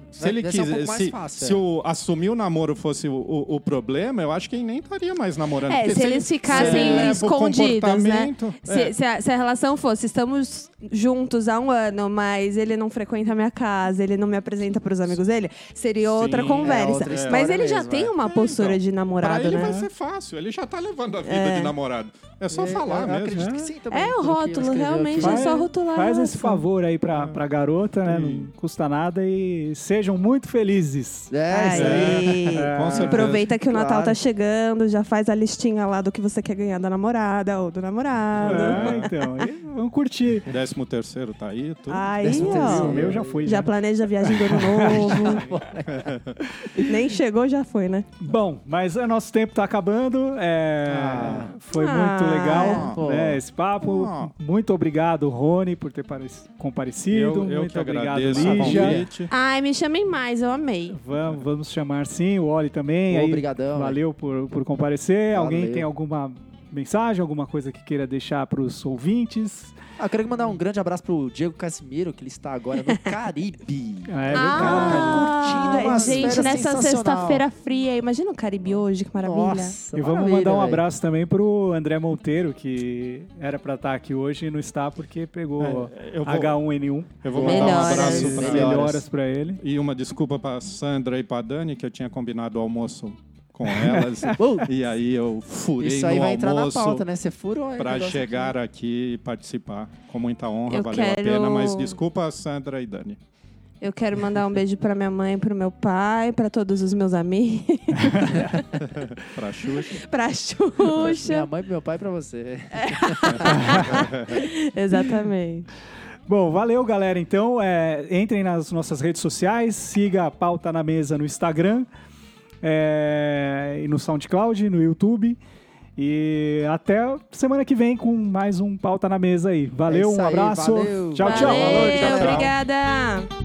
[SPEAKER 4] Se
[SPEAKER 5] Vai-
[SPEAKER 4] ele
[SPEAKER 5] vai ser um
[SPEAKER 4] quiser,
[SPEAKER 5] pouco mais
[SPEAKER 4] se,
[SPEAKER 5] fácil,
[SPEAKER 4] se
[SPEAKER 5] é.
[SPEAKER 4] o assumir o namoro fosse o, o- o problema, eu acho que ele nem estaria mais namorando.
[SPEAKER 3] É,
[SPEAKER 4] Porque
[SPEAKER 3] se eles ficassem
[SPEAKER 4] leva o
[SPEAKER 3] escondidos, né?
[SPEAKER 4] comportamento-
[SPEAKER 3] Se,
[SPEAKER 4] É.
[SPEAKER 3] se a, se a relação fosse, estamos juntos há um ano, mas ele não frequenta a minha casa, ele não me apresenta para os amigos dele, seria
[SPEAKER 4] Sim,
[SPEAKER 3] outra
[SPEAKER 4] é
[SPEAKER 3] conversa.
[SPEAKER 5] outra história
[SPEAKER 3] mas ele já
[SPEAKER 5] mesmo,
[SPEAKER 3] tem
[SPEAKER 5] é.
[SPEAKER 3] uma postura
[SPEAKER 4] então,
[SPEAKER 3] de
[SPEAKER 4] Pra
[SPEAKER 3] namorado,
[SPEAKER 4] ele
[SPEAKER 3] né?
[SPEAKER 4] vai ser fácil, ele já tá levando a vida de namorado. É só falar
[SPEAKER 5] eu,
[SPEAKER 4] mesmo.
[SPEAKER 5] acredito
[SPEAKER 2] né?
[SPEAKER 5] que sim também.
[SPEAKER 3] É o
[SPEAKER 5] pelo que ele
[SPEAKER 3] rótulo,
[SPEAKER 5] escreveu aqui.
[SPEAKER 3] realmente é
[SPEAKER 2] Vai-
[SPEAKER 3] só rotular.
[SPEAKER 2] Faz
[SPEAKER 3] a
[SPEAKER 2] esse
[SPEAKER 3] relação.
[SPEAKER 2] favor aí pra, pra garota, né? Não custa nada e sejam muito felizes.
[SPEAKER 5] É, isso aí.
[SPEAKER 3] Aí,
[SPEAKER 2] É,
[SPEAKER 4] Com certeza.
[SPEAKER 3] aproveita que o Natal
[SPEAKER 5] Claro.
[SPEAKER 3] tá chegando, já faz a listinha lá do que você quer ganhar da namorada ou do namorado.
[SPEAKER 2] É, então, e vamos curtir.
[SPEAKER 4] Décimo terceiro tá aí, tudo.
[SPEAKER 3] Aí,
[SPEAKER 5] Décimo
[SPEAKER 3] ó.
[SPEAKER 5] terceiro.
[SPEAKER 2] O meu já foi.
[SPEAKER 3] Já
[SPEAKER 2] né?
[SPEAKER 3] planeja a viagem
[SPEAKER 2] [laughs]
[SPEAKER 3] do ano novo. Nem chegou, já foi, né?
[SPEAKER 2] Bom, mas o nosso tempo tá acabando. é, Foi
[SPEAKER 3] Ah,
[SPEAKER 2] muito legal
[SPEAKER 5] pô.
[SPEAKER 2] né, esse papo.
[SPEAKER 4] Ah.
[SPEAKER 2] Muito obrigado, Rony, por ter pare- comparecido.
[SPEAKER 4] eu eu
[SPEAKER 2] muito
[SPEAKER 4] que
[SPEAKER 2] obrigado,
[SPEAKER 4] agradeço o
[SPEAKER 2] Lígia.
[SPEAKER 4] convite.
[SPEAKER 3] Ai, me chamem mais, eu amei.
[SPEAKER 2] Vamos, vamos chamar sim, o Oli também.
[SPEAKER 5] Pô,
[SPEAKER 2] aí,
[SPEAKER 5] obrigadão,
[SPEAKER 2] Valeu por, por comparecer. Alguém
[SPEAKER 5] Valeu.
[SPEAKER 2] tem alguma mensagem, alguma coisa que queira deixar para os ouvintes?
[SPEAKER 5] Ah, eu quero mandar um grande abraço pro Diego Casimiro, que ele está agora
[SPEAKER 3] [laughs]
[SPEAKER 5] no Caribe.
[SPEAKER 2] É, verdade.
[SPEAKER 5] cara tá curtindo
[SPEAKER 3] ah,
[SPEAKER 5] uma
[SPEAKER 3] gente,
[SPEAKER 5] fera
[SPEAKER 3] nessa
[SPEAKER 5] sensacional.
[SPEAKER 3] sexta-feira fria, imagina o Caribe hoje, que maravilha.
[SPEAKER 5] Nossa,
[SPEAKER 2] E vamos
[SPEAKER 5] maravilha,
[SPEAKER 2] mandar um
[SPEAKER 5] velho.
[SPEAKER 2] abraço também pro André Monteiro, que era para estar aqui hoje e não está porque pegou
[SPEAKER 4] É, eu vou-
[SPEAKER 2] H1N1.
[SPEAKER 4] Eu vou mandar
[SPEAKER 3] Melhoras.
[SPEAKER 4] um abraço pra
[SPEAKER 5] Melhoras.
[SPEAKER 2] Melhoras para ele.
[SPEAKER 4] E uma desculpa pra Sandra e pra Dani, que eu tinha combinado o almoço com
[SPEAKER 5] [laughs]
[SPEAKER 4] elas. e aí eu furei
[SPEAKER 5] Isso
[SPEAKER 4] no
[SPEAKER 5] aí vai entrar na
[SPEAKER 4] almoço
[SPEAKER 5] pauta, né? Você furou aí.
[SPEAKER 4] pra
[SPEAKER 5] negócio
[SPEAKER 4] chegar aqui e participar. Com muita honra,
[SPEAKER 3] Eu
[SPEAKER 4] valeu
[SPEAKER 3] quero-
[SPEAKER 4] a pena. Mas desculpa, Sandra e Dani.
[SPEAKER 3] Eu quero mandar um beijo pra minha mãe, pro meu pai, pra todos os meus amigos, [laughs]
[SPEAKER 4] Pra Xuxa.
[SPEAKER 3] pra
[SPEAKER 5] aqui. Minha
[SPEAKER 3] Xuxa.
[SPEAKER 5] mãe, meu pai, pra você.
[SPEAKER 3] Exatamente.
[SPEAKER 2] Bom, valeu, galera. Então, é, entrem nas nossas redes sociais, siga a pauta na mesa no Instagram, é, e no SoundCloud, no YouTube. E até semana que vem com mais um pauta na mesa aí. Valeu,
[SPEAKER 5] É isso
[SPEAKER 2] um
[SPEAKER 5] aí,
[SPEAKER 2] abraço.
[SPEAKER 5] valeu.
[SPEAKER 2] Tchau,
[SPEAKER 3] Valeu,
[SPEAKER 2] tchau.
[SPEAKER 4] Falou, tchau, tchau.
[SPEAKER 3] obrigada.